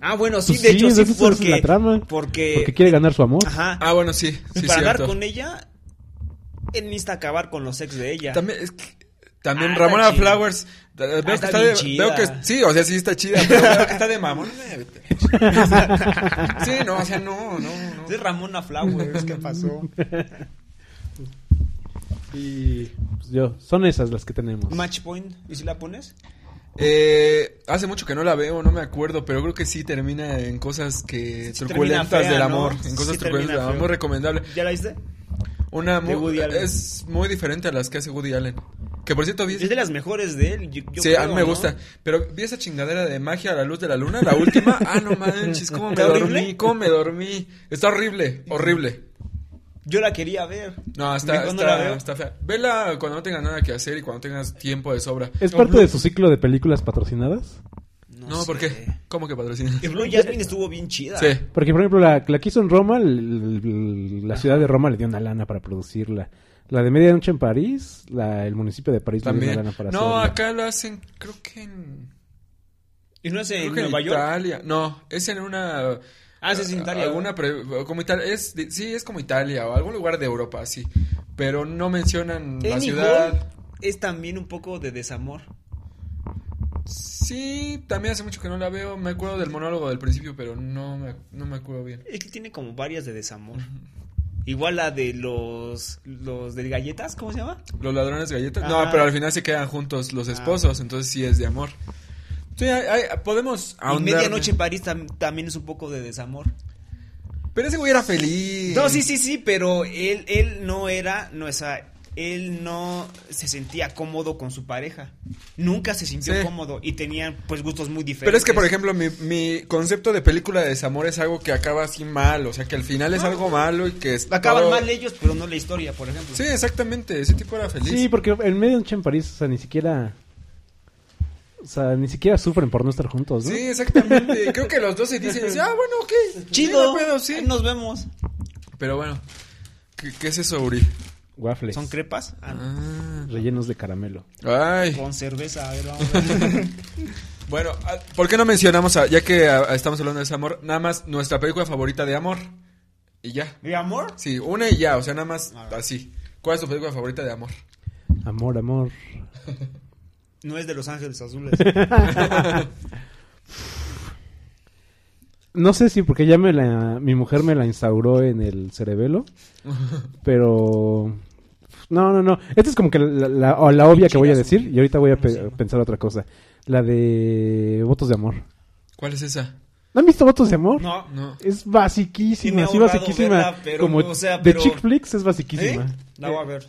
Ah, bueno, sí,
Pues
de
sí,
hecho
de
sí,
eso se
porque,
hace la trama.
porque...
Porque quiere ganar su amor.
Eh, Ajá.
Ah, bueno, sí. sí
para
cierto.
hablar con ella, él necesita acabar con los ex de ella.
También, es que- también
Ah, está
Ramona
chida.
Flowers. eh, Veo,
Ah,
que
está
está
bien
de-
chida.
veo que- Sí, o sea, sí está chida, pero veo que está de mamón. Sí, no, o sea, no, no, no.
Es Ramona Flowers, ¿qué pasó?
Y pues, yo, son esas las que tenemos.
Match Point, ¿y si la pones?
Eh, hace mucho que no la veo, no me acuerdo, pero creo que sí termina en cosas que
Sí,
truculentas
termina fea,
del
¿no?
amor, en
Sí,
cosas
termina
truculentas del amor,
feo.
muy recomendable.
¿Ya la viste?
Ah, Una
De
mu-
Woody Allen.
es muy diferente a las que hace Woody Allen. Que por cierto vi
Es de las mejores de él. yo- yo
Sí, a
creo,
mí me
¿no?
gusta, pero vi esa chingadera de magia a la luz de la luna, la última. Ah, no manches, cómo me
¿Está horrible?
dormí, cómo me dormí. Está horrible, horrible.
Yo la quería ver.
No,
¿De
está,
cuándo la
está,
veo?
está fea. Vela cuando no tengas nada que hacer y cuando tengas tiempo de sobra.
¿Es parte de su ciclo de películas patrocinadas?
No, ¿por
sé.
qué? ¿Cómo que patrocina?
Y Blue Jasmine estuvo bien chida.
Sí.
Porque, por ejemplo, la, la que hizo en Roma, l- l- la ciudad de Roma le dio una lana para producirla. La de Medianoche en París, la, el municipio de París le dio una
También.
lana para
No,
hacerla.
acá lo hacen, creo que en,
¿Y no es
creo
en
que en
Nueva York?
Italia. No, es en una.
Ah, sí, es en Italia.
Alguna pre- como Italia, es, de- sí, es como Italia o algún lugar de Europa, sí. Pero no mencionan la
Annie
ciudad.
Hall es también un poco de desamor.
Sí, también hace mucho que no la veo. Me acuerdo del monólogo del principio, pero no me, no me acuerdo bien.
Es que tiene como varias de desamor. Igual la de los los de galletas, ¿cómo se llama?
Los ladrones galletas. No,
Ajá.
pero al final se quedan juntos
Ah.
los esposos, entonces sí es de amor. Sí, hay- hay- podemos
Y
ahondar.
Medianoche en París tam- también es un poco de desamor.
Pero ese güey era feliz.
No, sí, sí, sí, pero él él no era, no o sea, él no se sentía cómodo con su pareja. Nunca se sintió
Sí.
cómodo y tenían pues gustos muy diferentes.
Pero es que, por ejemplo, mi, mi concepto de película de desamor es algo que acaba así mal, o sea, que al final es algo malo y que... es
acaban
todo-
mal ellos, pero no la historia, por ejemplo.
Sí, exactamente, ese tipo era feliz.
Sí, porque en medio de en París, o sea, ni siquiera. O sea, ni siquiera sufren por no estar juntos, pues, ¿no?
Sí, exactamente. Creo que los dos se dicen, ah, bueno, ok.
Chido,
sí, no pedo, sí.
ahí nos vemos.
Pero bueno, ¿qué, qué es eso, Uri?
Waffles.
¿Son crepas? Ah, no.
Ah.
rellenos de caramelo.
Ay.
Con cerveza, a ver, vamos a ver.
Bueno, ah, ¿por qué no mencionamos, a- ya que ah, estamos hablando de ese amor, nada más nuestra película favorita de amor? Y ya.
¿De amor?
Sí, una y ya, o sea, nada más así. ¿Cuál es tu película favorita de amor?
Amor, amor.
No es de Los Ángeles Azules.
No sé si porque ya me la. Mi mujer me la instauró en el cerebelo. Pero. No, no, no. Esta es como que la, la- o la obvia que voy a decir. Y ahorita voy a pe- pensar otra cosa. La de Votos de Amor.
¿Cuál es esa?
¿No han visto Votos de Amor?
No.
No.
Es
Sí me
basiquísima,
ha
así
ahorrado
basiquísima.
verla, pero
como
no, o sea,
de
pero-
chick flicks es
¿Eh?
basiquísima.
La voy a ver.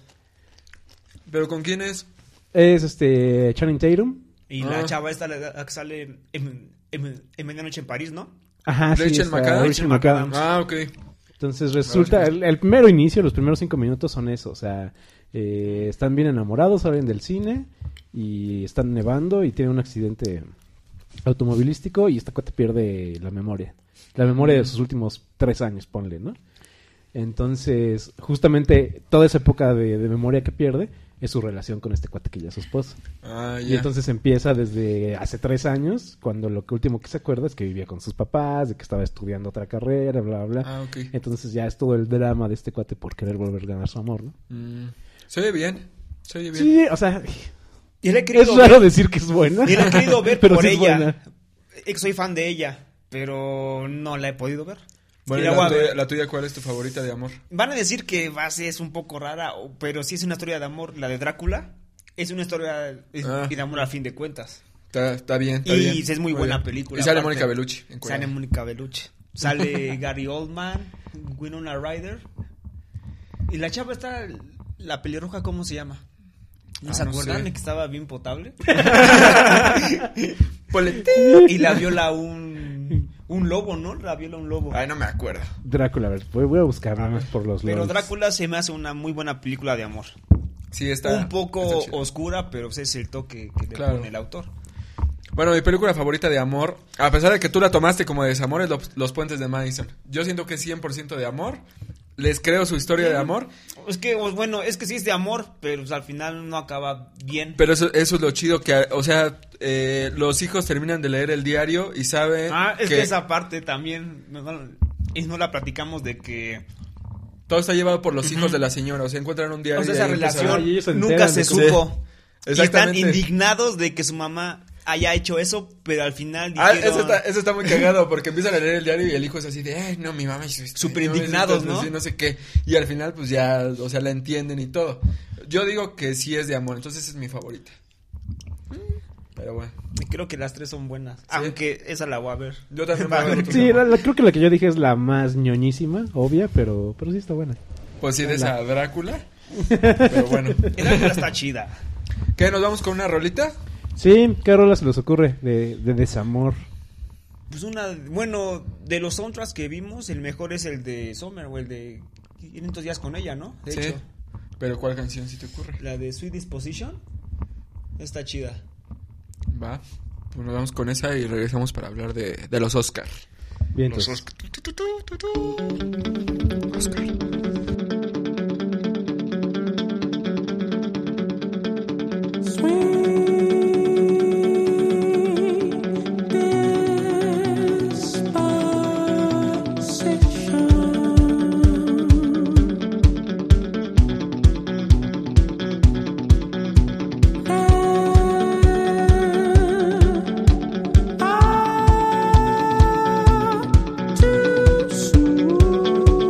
¿Pero con quién es?
Es este Channing Tatum.
Y
Ah.
la chava esta la- la que sale en, en, en Medianoche en París, ¿no?
Ajá, sí,
Rachel
está
McAdams.
Rachel McAdams.
Ah, ok.
Entonces resulta, el, el mero inicio, los primeros cinco minutos son eso, o sea, eh, están bien enamorados, salen del cine y están nevando y tienen un accidente automovilístico y esta cuate pierde la memoria, la memoria de sus últimos tres años, ponle, ¿no? Entonces, justamente toda esa época de, de memoria que pierde es su relación con este cuate que ya es su esposo.
Ah, ya.
Y entonces empieza desde hace tres años, cuando lo que último que se acuerda es que vivía con sus papás, de que estaba estudiando otra carrera, bla, bla, bla.
Ah, ok.
Entonces ya es todo el drama de este cuate por querer volver a ganar su amor, ¿no?
Mm. Se oye bien. Se oye bien.
Sí, o sea,
Y la he querido
es
ver.
raro decir que es buena.
Y la he querido ver
pero
por
sí es
ella.
buena.
Eh, Soy fan de ella, pero no la he podido ver.
Bueno,
Y
¿y
la
la,
voy a
tuya,
ver.
la tuya, ¿cuál es tu favorita de amor?
Van a decir que base es un poco rara, o- pero sí es una historia de amor. La de Drácula es una historia es-
Ah.
de amor a fin de cuentas.
Está, está bien, está
Y
bien.
es muy buena película,
Y sale
aparte.
Mónica Bellucci. en
Sale
Cuervo.
Mónica Bellucci. Sale Gary Oldman, Winona Ryder. Y la chava está, la pelirroja, ¿cómo se llama? ¿No
Ah,
se
no
acuerdan
sé.
de que estaba bien potable?
Poletín.
y la viola un, un lobo, ¿no? La viola un lobo.
Ay, Ah, no me acuerdo.
Drácula, a ver, voy, voy a buscar nada más por los
Pero
lados.
Drácula se me hace una muy buena película de amor.
Sí, está.
un poco
está chida.
oscura, pero ese es el toque que le
Claro.
pone el autor.
Bueno, mi película favorita de amor, a pesar de que tú la tomaste como de desamor, es Los, Los Puentes de Madison. Yo siento que es 100% de amor. Les creo su historia de amor.
Es que, pues, bueno, es que sí es de amor, pero pues, al final no acaba bien.
Pero eso, eso es lo chido que, o sea, eh, los hijos terminan de leer el diario y saben
ah, es que, esa parte también. no, no, y no la platicamos de que.
todo está llevado por los hijos de la señora. O sea, encuentran un diario.
O sea,
y
esa
ahí empieza-
empezó.
relación
Ay, ellos se
nunca
enteran
se
de
cómo- Sí,
supo. y están
exactamente.
indignados de que su mamá haya hecho eso, pero al final.
Ah,
dijeron-
eso está, eso está muy cagado porque empiezan a leer el diario y el hijo es así de, ay, no, mi mamá hizo esto,
Súper
mi mamá hizo
indignados,
esto,
¿no?
sí, no sé qué. Y al final, pues ya, o sea, la entienden y todo. Yo digo que sí es de amor, entonces es mi favorita. Pero bueno,
Creo que las tres son buenas. Aunque esa la voy a ver.
yo también voy a ver otro
Sí,
amor.
la- la- creo que la que yo dije es la más ñoñísima, obvia, pero, pero sí está buena.
Pues sí, de esa Drácula. Pero bueno.
El ángel está chida.
¿Qué? ¿Nos vamos con una rolita?
Sí, ¿qué rola se les ocurre de, de desamor?
Pues una, bueno, de los soundtracks que vimos, el mejor es el de Summer o el de 500 días con ella, ¿no? De
sí.
hecho,
Pero ¿cuál canción si te ocurre?
la de Sweet Disposition está chida.
Va. Pues nos vamos con esa y regresamos para hablar de, de los Oscar.
Bien, entonces.
Oscar.
Thank you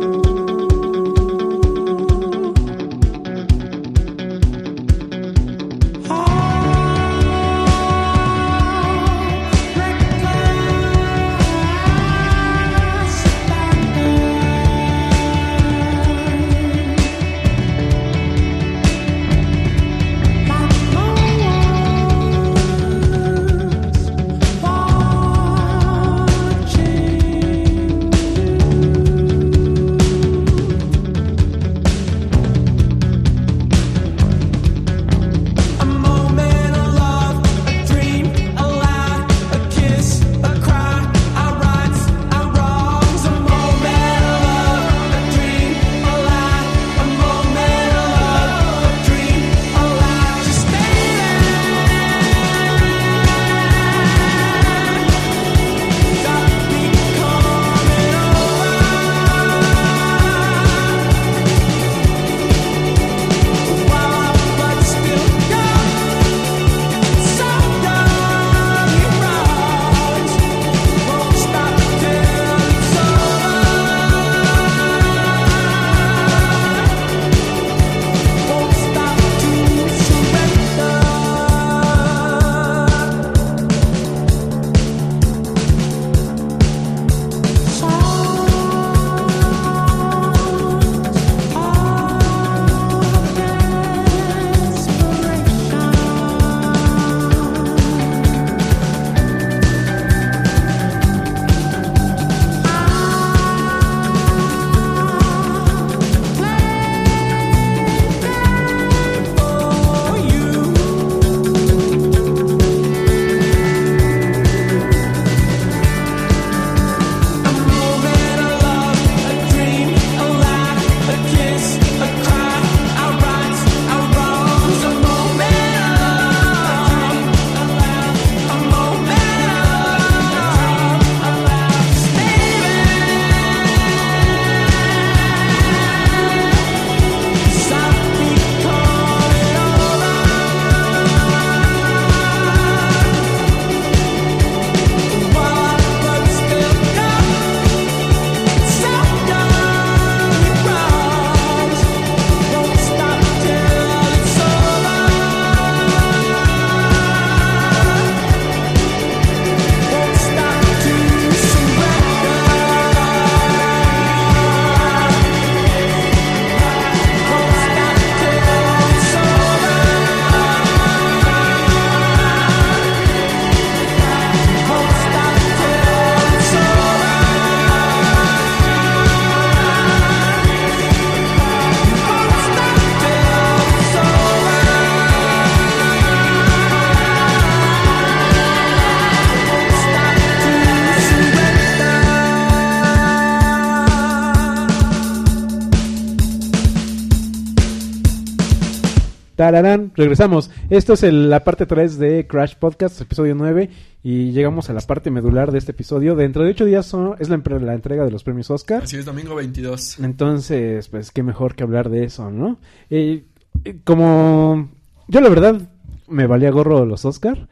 Tararán, regresamos. Esto es el- la parte 3 de Crash Podcast, episodio 9, y llegamos a la parte medular de este episodio. Dentro de 8 días son- es la, empre- la entrega de los premios Oscar.
Así es, domingo 22.
Entonces, pues qué mejor que hablar de eso, ¿no? Eh, eh, como yo la verdad me valía gorro los Oscar,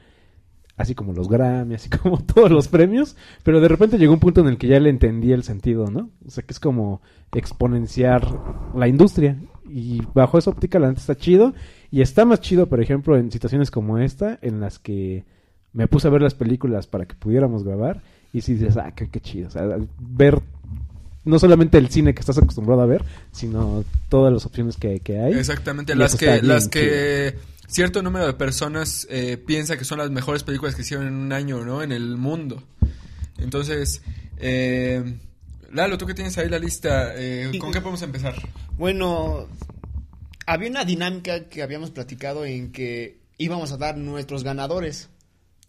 así como los Grammy, así como todos los premios, pero de repente llegó un punto en el que ya le entendí el sentido, ¿no? O sea, que es como exponenciar la industria y bajo esa óptica la neta está chido y está más chido, por ejemplo, en situaciones como esta en las que me puse a ver las películas para que pudiéramos grabar y si dices, ah, qué, qué chido, o sea, ver no solamente el cine que estás acostumbrado a ver, sino todas las opciones que, que hay.
Exactamente,
Y eso
las
está
que,
bien
las que cierto número de personas eh, piensa que son las mejores películas que hicieron en un año, ¿no? En el mundo. Entonces, eh, Lalo, tú que tienes ahí la lista, eh, ¿con qué podemos empezar?
Bueno, había una dinámica que habíamos platicado en que íbamos a dar nuestros ganadores.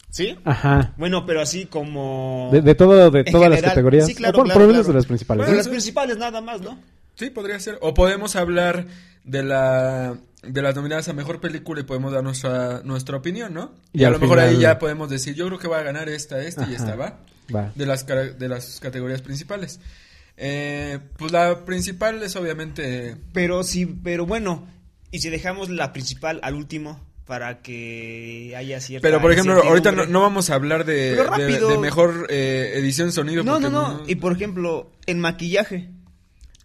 ¿Sí?
Ajá.
Bueno, pero así como...
Ah. De, de todo, de
En
todas las
general,
categorías.
sí, claro,
O por,
claro,
por lo menos
claro.
de las principales.
De
¿no?
las principales nada más, ¿no?
Sí, podría ser. O podemos hablar de la de las nominadas a mejor película y podemos dar nuestra nuestra opinión, ¿no? Y,
Y
a
al
lo mejor ahí
final-
ya podemos decir, yo creo que va a ganar esta, esta
Ajá.
y esta, ¿va?
Va.
de las, cara- de las categorías principales. Eh, pues la principal es obviamente...
Pero sí, pero bueno, y si dejamos la principal al último para que haya cierta...
Pero por ejemplo, ahorita no,
incertidumbre.
no vamos a hablar de,
Pero
de-
rápido.
de mejor eh, edición sonido.
No,
porque
no, no. Y por ejemplo, en maquillaje.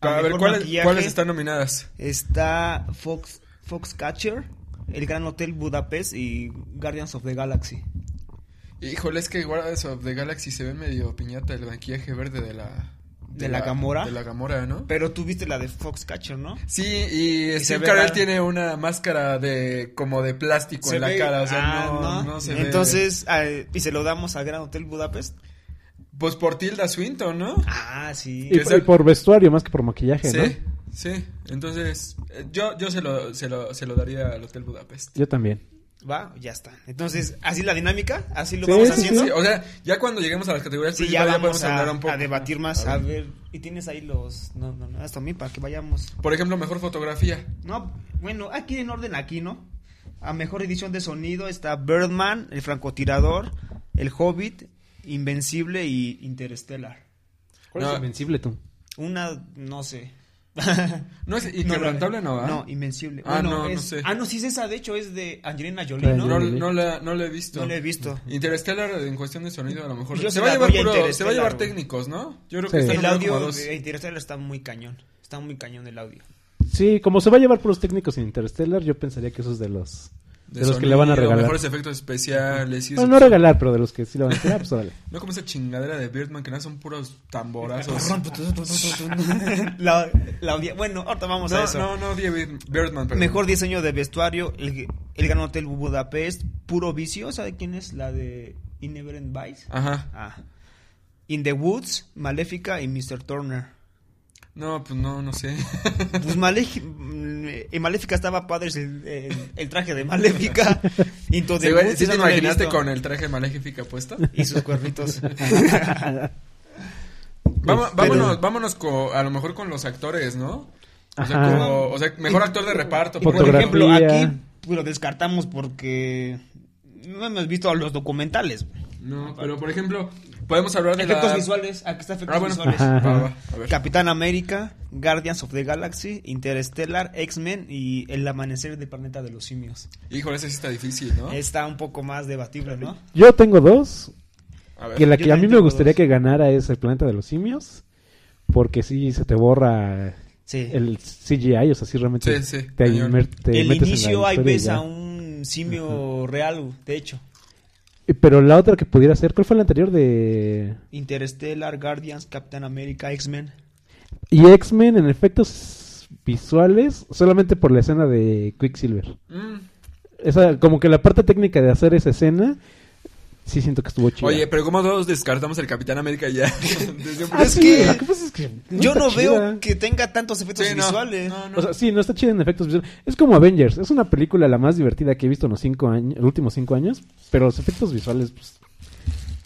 A ver,
mejor
¿cuáles,
maquillaje
cuáles están nominadas?
Está Fox, Foxcatcher, El Gran Hotel Budapest y Guardians of the Galaxy.
Híjole, es que Guardians of the Galaxy se ve medio piñata el maquillaje verde de la...
¿De la Gamora?
De la Gamora, ¿no?
Pero tú viste la de Foxcatcher, ¿no?
Sí, y,
Y se
Steve
ve
Carell
raro.
tiene una máscara de como de plástico en la
ve-
cara, o sea,
Ah,
no, no se ve-
Entonces, ah, y se lo damos al Gran Hotel Budapest.
Pues por Tilda Swinton, ¿no?
Ah, sí.
Y,
es
por-
el-
y por vestuario más que por maquillaje, ¿no?
Sí, sí. Entonces, eh, yo, yo se, lo, se, lo, se lo daría al Hotel Budapest.
Yo también.
Va, ya está. Entonces, así la dinámica, así lo
pues- Sí,
vamos
sí,
haciendo.
Sí, o sea, ya cuando lleguemos a las categorías
Sí, ya
principales,
vamos
podemos hablar
a,
un poco.
a debatir más.
A
A
ver.
ver, y tienes ahí los... No, no, no, hasta a mí para que vayamos.
Por ejemplo, mejor fotografía.
No, bueno, aquí en orden aquí, ¿no? A mejor edición de sonido está Birdman, El francotirador, El Hobbit, Invencible y Interstellar.
¿Cuál es No.
invencible tú?
Una, no sé.
No es inquebrantable, no, ¿va?
No, Invencible.
Ah,
Bueno,
no, no
es-
sé.
Ah, no, sí es esa, de hecho, es de Angelina Jolie,
Claro.
¿no?
No,
lo vi.
no la, no la he visto.
No la he visto.
Interstellar en cuestión de sonido a lo mejor.
Yo
se
se
va a
la
llevar
doy a
puro- se va a
Interstellar,
llevar
güey.
técnicos, ¿no? Yo
Sí.
creo que está
El
nominado como
audio
dos.
de Interstellar está muy cañón. Está muy cañón el audio.
Sí, como se va a llevar por los técnicos en Interstellar, yo pensaría que eso es de los, de los que le van a
sonido,
regalar.
Mejores efectos especiales. y
Bueno,
eso.
no regalar, pero de los que sí le van a decir, ah, pues órale.
No como esa chingadera de Birdman que no son puros tamborazos.
La, la audi- bueno, ahorita vamos a
No,
eso.
no, no, David Birdman, perdón.
Mejor diseño de vestuario, el, el Gran Hotel Budapest, Puro Vicio, ¿sabe quién es? La de Ineverend Vice.
Ajá.
Ah. In the Woods, Maléfica y Mr. Turner.
No, pues no, no sé.
Pues Malef- mm, eh, en Maléfica estaba padre el, el- el traje de Maléfica. Into the
Sí, güey,
Woods,
¿Sí
esa
te
no la he
imaginaste
visto.
con el traje maléfica puesto?
Y sus cuernitos.
Vamos,
Este-
vámonos, vámonos co- a lo mejor con los actores, ¿no? O sea,
Ajá.
como- o sea, mejor actor de reparto.
y
por
Por
Fotografía.
ejemplo.
ejemplo, aquí pues, lo descartamos porque no hemos visto los documentales.
No, pero por ejemplo, podemos hablar de
Efectos
la...
visuales, aquí está efectos
Ah, bueno.
visuales.
Ajá.
Va, va, a ver.
Capitán América, Guardians of the Galaxy, Interstellar, X-Men y El Amanecer del Planeta de los Simios.
Híjole, ese sí está difícil, ¿no?
Está un poco más debatible, ¿no?
Yo tengo dos,
A ver.
que la
Yo
que a mí
también
me
tengo
gustaría
dos.
que ganara es el planeta de los simios, porque sí se te borra
Sí. El,
el CGI, o sea, sí realmente
Sí, sí,
te,
cañón.
inmer- te metes en la
inicio
historia
ahí
y
ves
ya.
a un simio real, de hecho.
Eh, Pero la otra que pudiera ser, ¿cuál fue la anterior de...?
Interstellar, Guardians, Capitán América, X-Men.
Y X-Men en efectos visuales, solamente por la escena de Quicksilver.
Mm.
Esa, como que la parte técnica de hacer esa escena, sí siento que estuvo chida.
Oye, pero ¿cómo todos descartamos el Capitán América ya? Desde un
Ah,
principio.
sí,
que-
lo que pasa es que no
Yo
está
no
chida.
veo que tenga tantos efectos
Sí, no,
visuales.
no, no.
O sea, sí, no está chida en efectos visuales. Es como Avengers. Es una película la más divertida que he visto en los cinco años, los últimos cinco años. Pero los efectos visuales, pues,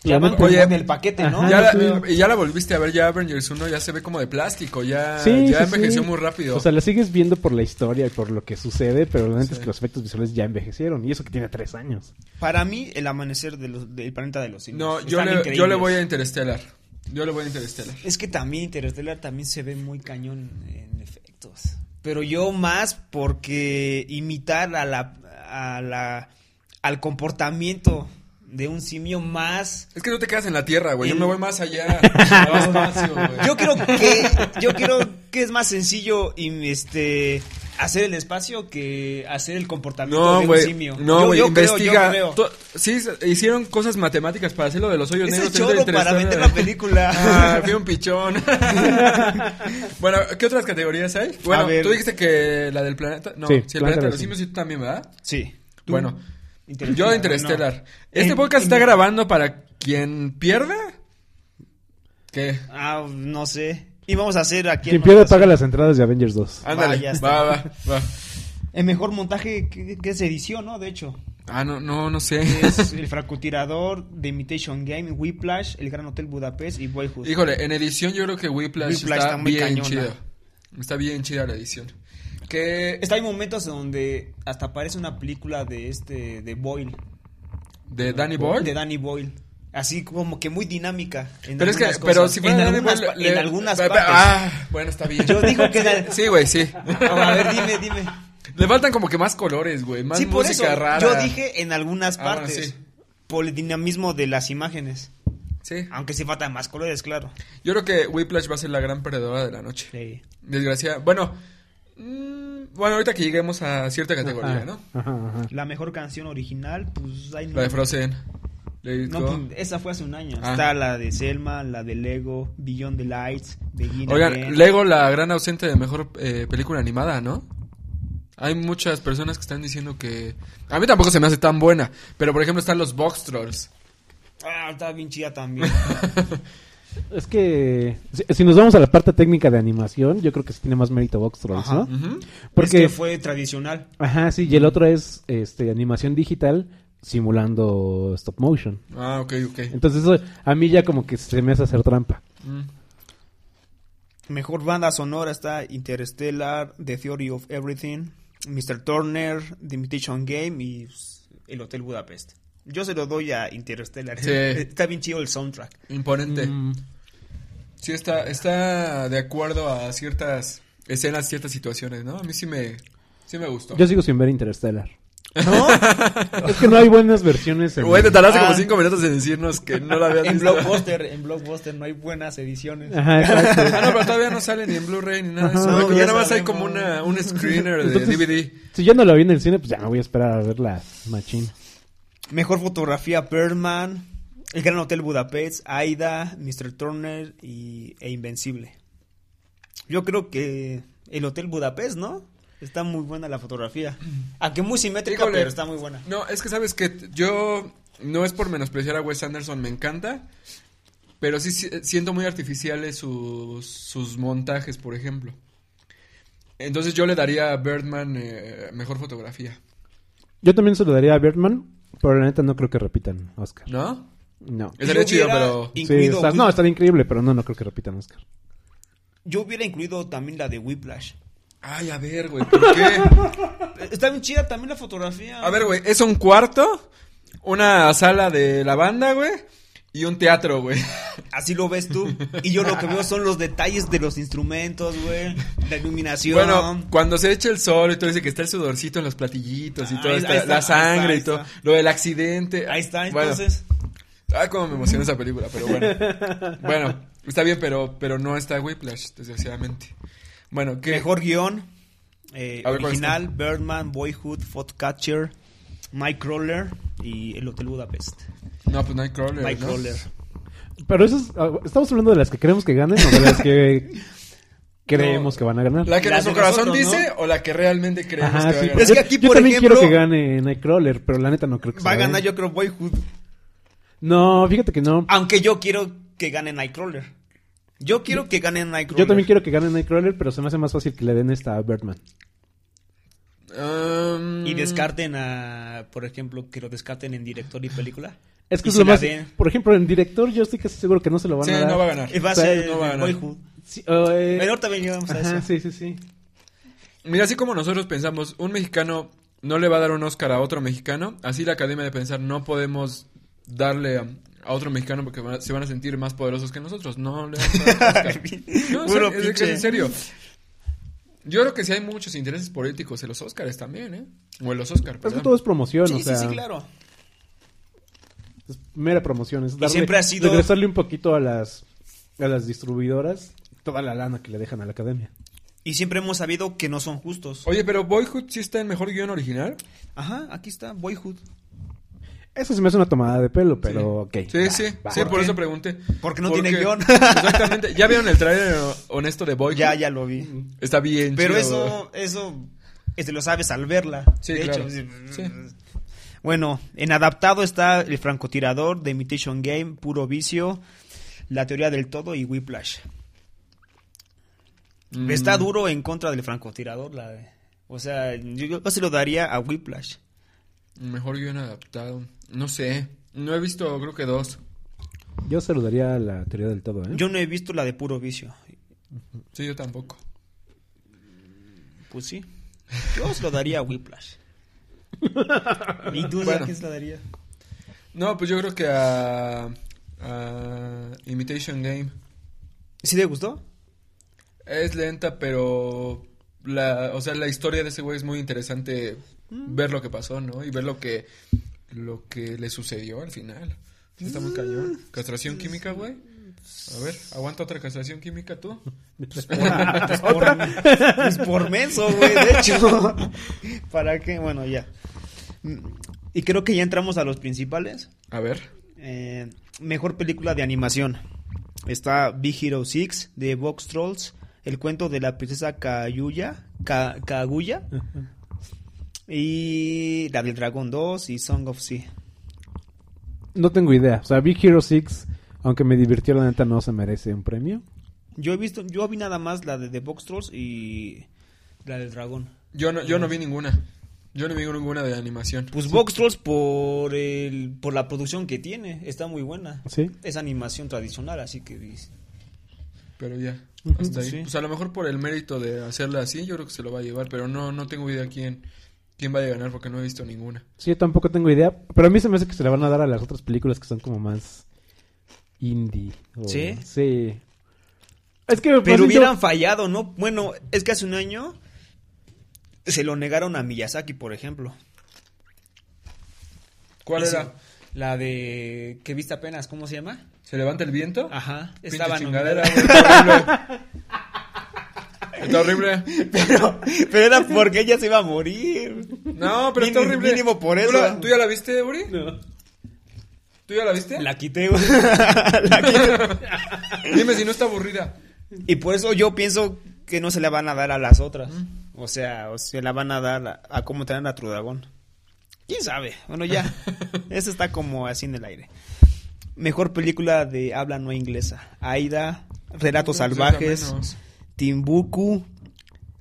Ya van
neta-
con
Oye,
con el paquete, ¿no?
ajá.
Ya
sí.
la, y ya la volviste a ver, ya Avengers 1 ya se ve como de plástico, ya,
Sí,
ya
sí,
envejeció
sí.
muy rápido.
O sea, la sigues viendo por la historia y por lo que sucede, pero realmente es que los efectos visuales ya envejecieron. Y eso que tiene tres años.
Para mí, el amanecer de los- del planeta de los simios.
no, yo
Están
le, yo
increíbles.
le voy a Interestelar. Yo le voy a Interestelar.
Es que también Interstellar también se ve muy cañón en efectos. Pero yo más porque imitar a la, a la al comportamiento de un simio más.
Es que no te quedas en la Tierra, güey. Yo
El-
me voy más allá. al espacio, güey.
Yo creo que yo creo que es más sencillo y, este hacer el espacio que hacer el comportamiento de
No,
un
güey.
simio.
No,
Yo-
güey.
yo creo, yo
Investiga.
creo.
To- sí, s- hicieron cosas matemáticas para hacer lo de los hoyos
Ese
negros.
es choro para vender la película.
Ah, fui un pichón. bueno, ¿qué otras categorías hay? Bueno,
ver.
tú dijiste que la del planeta. No,
Sí,
sí, el planeta de los
sí.
simios, sí, tú también, ¿verdad?
Sí. ¿Tú?
Bueno,
Interestelar,
yo Interestelar.
no.
Este
En-
podcast está
en-
grabando para quien pierda. ¿Qué?
Ah, no sé. Y vamos a hacer aquí.
Quien pierde paga las entradas de Avengers 2.
Ah.
Ándale.
ya está.
va, va, va.
El mejor montaje que, que es edición, ¿no? De hecho.
Ah, no, no, no sé.
Es el francotirador, The Imitation Game, Whiplash, El Gran Hotel Budapest y Boyhood.
Híjole, en edición yo creo que Whiplash,
Whiplash
está,
está muy
bien
cañona.
chida. Está bien chida la edición. Que
Está, hay momentos donde hasta parece una película de este de Boyle.
de Danny Boyle.
De Danny Boyle. Así como que muy dinámica. en
pero es que,
algunas
pero
cosas.
si
en
fuera Danny
algunas,
Boyle,
pa-
le-
en algunas
pe- pe-
partes.
Ah, bueno, está bien.
Yo digo que la-
Sí, güey, sí.
A ver, dime, dime.
Le faltan como que más colores, güey. Más
sí, por eso.
música rara.
Yo dije en algunas
Ah, bueno,
partes.
sí.
Por el dinamismo de las imágenes.
Sí.
Aunque sí faltan más colores, claro.
Yo creo que Whiplash va a ser la gran perdedora de la noche.
Sí.
Desgracia. Bueno, mm, bueno, ahorita que lleguemos a cierta
Ajá,
categoría, ¿no?
Ajá, ajá.
La mejor canción original, pues hay
La de Frozen. Let it
No,
go.
pues, esa fue hace un año.
Ah.
Está la de Selma, la de Lego, Beyond the Lights, Begin
Oigan,
Again.
Lego, la gran ausente de mejor eh, película animada, ¿no? Hay muchas personas que están diciendo que. A mí tampoco se me hace tan buena. Pero por ejemplo, están los Box Trolls.
Ah, está bien chida también.
Es que si, si nos vamos a la parte técnica de animación, yo creo que sí tiene más mérito Box Trolls,
Ajá.
¿no?
Ujú.
Porque,
Es que fue tradicional.
ajá, sí, y el otro es este, animación digital simulando stop motion.
Ah, ok, ok.
Entonces eso a mí ya como que se me hace hacer trampa.
Mm.
Mejor banda sonora está Interstellar, The Theory of Everything, Mr. Turner, The Imitation Game y pues, El Hotel Budapest. Yo se lo doy a Interstellar.
Sí.
Está bien chido el soundtrack.
Imponente.
Mm,
Sí, está, está de acuerdo a ciertas escenas, ciertas situaciones, ¿no? A mí sí me, sí me gustó.
Yo sigo sin ver Interstellar. ¿No? es que no hay buenas versiones. en-
Güey, te tardaste
Ah.
como cinco minutos en decirnos que no la habías
En
visto.
Blockbuster, en Blockbuster no hay buenas ediciones.
Ajá, exacto.
Ah, no, pero todavía no sale ni en Blu-ray ni nada de eso.
Ajá.
güey.
No,
ya
ya
nada más hay
sabemos.
como una, un screener de
Entonces,
DVD.
Si yo no la vi en el cine, pues ya me voy a esperar a ver la machina.
Mejor fotografía Birdman, El Gran Hotel Budapest, Aida, Mr. Turner y, e Invencible. Yo creo que el Hotel Budapest, ¿no? Está muy buena la fotografía. Aunque muy simétrica,
Híjole.
pero está muy buena.
No, es que sabes que yo no es por menospreciar a Wes Anderson, me encanta, pero sí si- siento muy artificiales sus, sus montajes, por ejemplo. Entonces yo le daría a Birdman eh, mejor fotografía,
Yo también se lo daría a Birdman, pero la neta no creo que repitan Oscar.
¿no?
No.
Estaría
Yo
chido,
hubiera
pero...
Sí,
incluido
está-
Whip-
no, estaría increíble, pero no, no creo que repitan Oscar.
Yo hubiera incluido también la de Whiplash.
Ay, a ver, güey, ¿por qué?
Está bien chida también la fotografía.
A ver, güey, es un cuarto, una sala de la banda, güey, y un teatro, güey.
Así lo ves tú. Y yo lo que veo son los detalles de los instrumentos, güey. La iluminación.
Bueno, cuando se echa el sol y todo dice que está el sudorcito en los platillitos y
Ah,
todo,
ahí-
esta-
ahí está,
la
ahí está,
sangre
ahí
y todo,
está.
lo del accidente.
Ahí está,
Bueno,
entonces.
ah, cómo me emociona esa película, pero bueno. bueno, está bien, pero, pero no está Whiplash, desgraciadamente. Bueno, ¿qué?
Mejor guión. eh,
A ver, ¿cuál
original, Birdman, Boyhood, Foxcatcher, Nightcrawler y El Hotel Budapest.
No, pues Nightcrawler, ¿no?
Nightcrawler.
Pero eso es- ah, estamos hablando de las que creemos que ganen o de las que creemos que van a ganar.
La que
La
nuestro
de
corazón
nosotros,
dice o la que realmente creemos
Ajá,
que
sí,
va a
pero
ganar.
pues Es que aquí,
yo
por
también
ejemplo-
quiero que gane Nightcrawler, pero la neta no creo que se
Va a
la
ganar,
den.
yo Ah, creo, Boyhood.
No, fíjate que no.
Aunque yo quiero que gane Nightcrawler. Yo quiero que gane Nightcrawler.
Yo también quiero que gane Nightcrawler, pero se me hace más fácil que le den esta a Birdman.
Um,
Y descarten a, por ejemplo, que lo descarten en director y película.
Es que
Y
es
si
lo
la
más.
den.
Por ejemplo, en director, yo estoy casi seguro que no se lo van
Sí,
a dar.
no va a ganar.
Eh, Va a
Sí,
ser
no va a ganar.
Boyhood.
Sí, o, eh,
Pero ahorita vengamos a
ajá,
eso.
sí, sí, sí. Pues
Mira, así como nosotros pensamos, un mexicano no le va a dar un Oscar a otro mexicano, así la academia de pensar no podemos darle a, a otro mexicano porque van a- se van a sentir más poderosos que nosotros. No le vamos a dar un Oscar. No, o sea,
Puro
es, que
pinche.
en serio. Yo creo que sí hay muchos intereses políticos en los Oscars también, ¿eh? O en los Oscars,
Pero es que todo es promoción,
Sí,
o
sí,
sea.
sí, claro.
Es mera promoción. Es
Y
darle-
siempre ha sido-
Regresarle un poquito a las, a las distribuidoras toda la lana que le dejan a la academia.
Y siempre hemos sabido que no son justos.
Oye, pero Boyhood sí está en mejor guión original.
Ajá, aquí está, Boyhood.
Eso se me hace una tomada de pelo, pero ok.
Sí, sí,
va.
sí, por eso pregunté.
Porque no tiene guión.
Exactamente. ¿Ya vieron el trailer honesto de Boyhood?
Ya, ya lo vi.
Está bien
Pero
chido.
eso, eso, este, lo sabes al verla.
Sí,
de
claro.
hecho.
Sí.
Bueno, en adaptado está El francotirador, The Imitation Game, Puro Vicio, La Teoría del Todo y Whiplash.
Mm.
Está duro en contra del francotirador. La de- o sea, yo, yo casi lo daría a
¿Eh?
Whiplash.
Mejor guión adaptado. No sé. No he visto, creo que dos.
Yo saludaría a la teoría del todo, ¿eh?
Yo no he visto la de Puro Vicio.
Sí, yo tampoco.
Pues sí. Yo se lo daría a Whiplash. ¿Y tú
Bueno.
a quién se lo daría?
No, pues yo creo que a. a Imitation Game.
¿Sí te gustó?
Es lenta, pero. La, o sea, la historia de ese güey es muy interesante ver lo que pasó, ¿no? Y ver lo que. Lo que le sucedió al final. Está muy cañón. Castración química, güey. A ver, aguanta otra castración química tú.
Es por, es por menso, güey, de hecho. ¿Para qué? Bueno, ya. Mm, Y creo que ya entramos a los principales.
A ver.
Eh, mejor película de animación. Está Big Hero 6 de Box Trolls, El cuento de la princesa Kayuya, Ka- Kaguya y la del dragón 2 y Song of Sea.
No tengo idea. O sea, Big Hero 6, aunque me divirtió, la neta no se merece un premio.
Yo he visto, yo vi nada más la de The Box Trolls y la del dragón.
Yo no, yo no vi ninguna. Yo no vi ninguna de animación.
Pues Box Trolls por el, por la producción que tiene, está muy buena.
Sí. Pues
Es animación tradicional, así que dice.
Pero ya, hasta ahí.
Sí.
Pues a lo mejor por el mérito de hacerla así, yo creo que se lo va a llevar, pero no, no tengo idea quién, quién va a ganar porque no he visto ninguna.
Sí, yo tampoco tengo idea. Pero a mí se me hace que se la van a dar a las otras películas que son como más indie. o-
¿Sí?
Sí. Es que... más
Pero
bien
hubieran
yo-
fallado, ¿no? Bueno, es que hace un año se lo negaron a Miyazaki, por ejemplo.
¿Cuál
Ese-
era?
La de que viste apenas, ¿cómo se llama?
¿Se levanta el viento?
Ajá,
Pinche
estaba
chingadera,
nominada.
güey, está horrible. Está horrible.
Pero, pero era porque ella se iba a morir.
No, pero está
Mínimo-
horrible.
mínimo por
¿Tú
eso.
la- ¿Tú ya la viste, Uri? ¿Tú ya la viste?
La quité, güey. La quité.
Dime si no está aburrida.
Y por eso yo pienso que no se la van a dar a las otras. O sea, o se la van a dar a, a cómo traen a tu dragón. ¿Quién sabe? Bueno, ya. Eso está como así en el aire. Mejor película de habla no inglesa. Aida, Relatos
Pues es la
Salvajes,
menos.
Timbuku,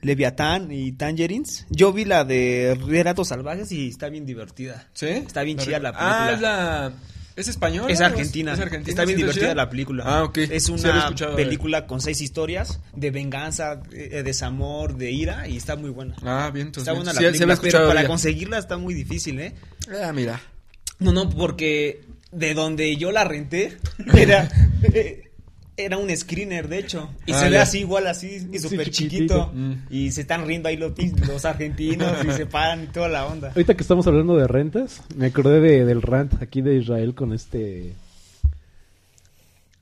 Leviatán y Tangerines. Yo vi la de Relatos Salvajes y está bien divertida.
¿Sí?
Está bien chida la película.
Ah, es la... ¿Es española?
Es
o
argentina.
es argentina?
Está bien
¿Sí
divertida
chida?
la película.
Ah, ok.
Es
Sí, había
una
escuchado de-
película con seis historias de venganza, eh, desamor, de ira y está muy buena.
Ah, bien, entonces.
está buena la
sí, se había
película,
escuchado
pero para
de ella.
conseguirla está muy difícil, ¿eh?
Ah, mira.
No, no, porque de donde yo la renté era eh, era un screener, de hecho. Y
Ah,
se ve
ya.
así, igual así, y súper
chiquitito.
chiquito.
Mm.
Y se están riendo ahí los, pin- los argentinos y se paran y toda la onda.
Ahorita que estamos hablando de rentas, me acordé de- del rant aquí de Israel con este...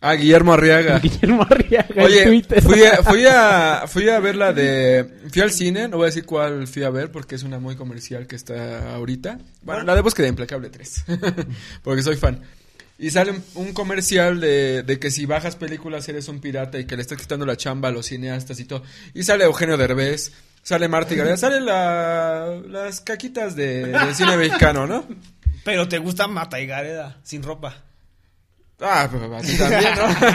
Ah, Guillermo Arriaga.
Guillermo Arriaga en
Oye,
Twitter.
fui a, fui a fui a ver la de fui al cine, no voy a decir cuál fui a ver porque es una muy comercial que está ahorita. Bueno, la de Búsqueda Implacable 3. porque soy fan. Y sale un, un comercial de, de que si bajas películas eres un pirata y que le estás quitando la chamba a los cineastas y todo. Y sale Eugenio Derbez, sale Marta Gareda, sale la, las caquitas de, del cine mexicano, ¿no?
Pero te gusta Mata y Gareda, sin ropa.
Ah, pero a ti también, ¿no?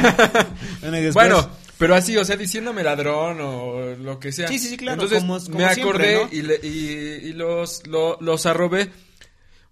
Bueno, y después-
Bueno, pero así, o sea, diciéndome ladrón o lo que sea.
Sí, sí, sí, claro,
Entonces
como- como
me acordé
siempre, ¿no?
y, le- y- y los, lo- los arrobé.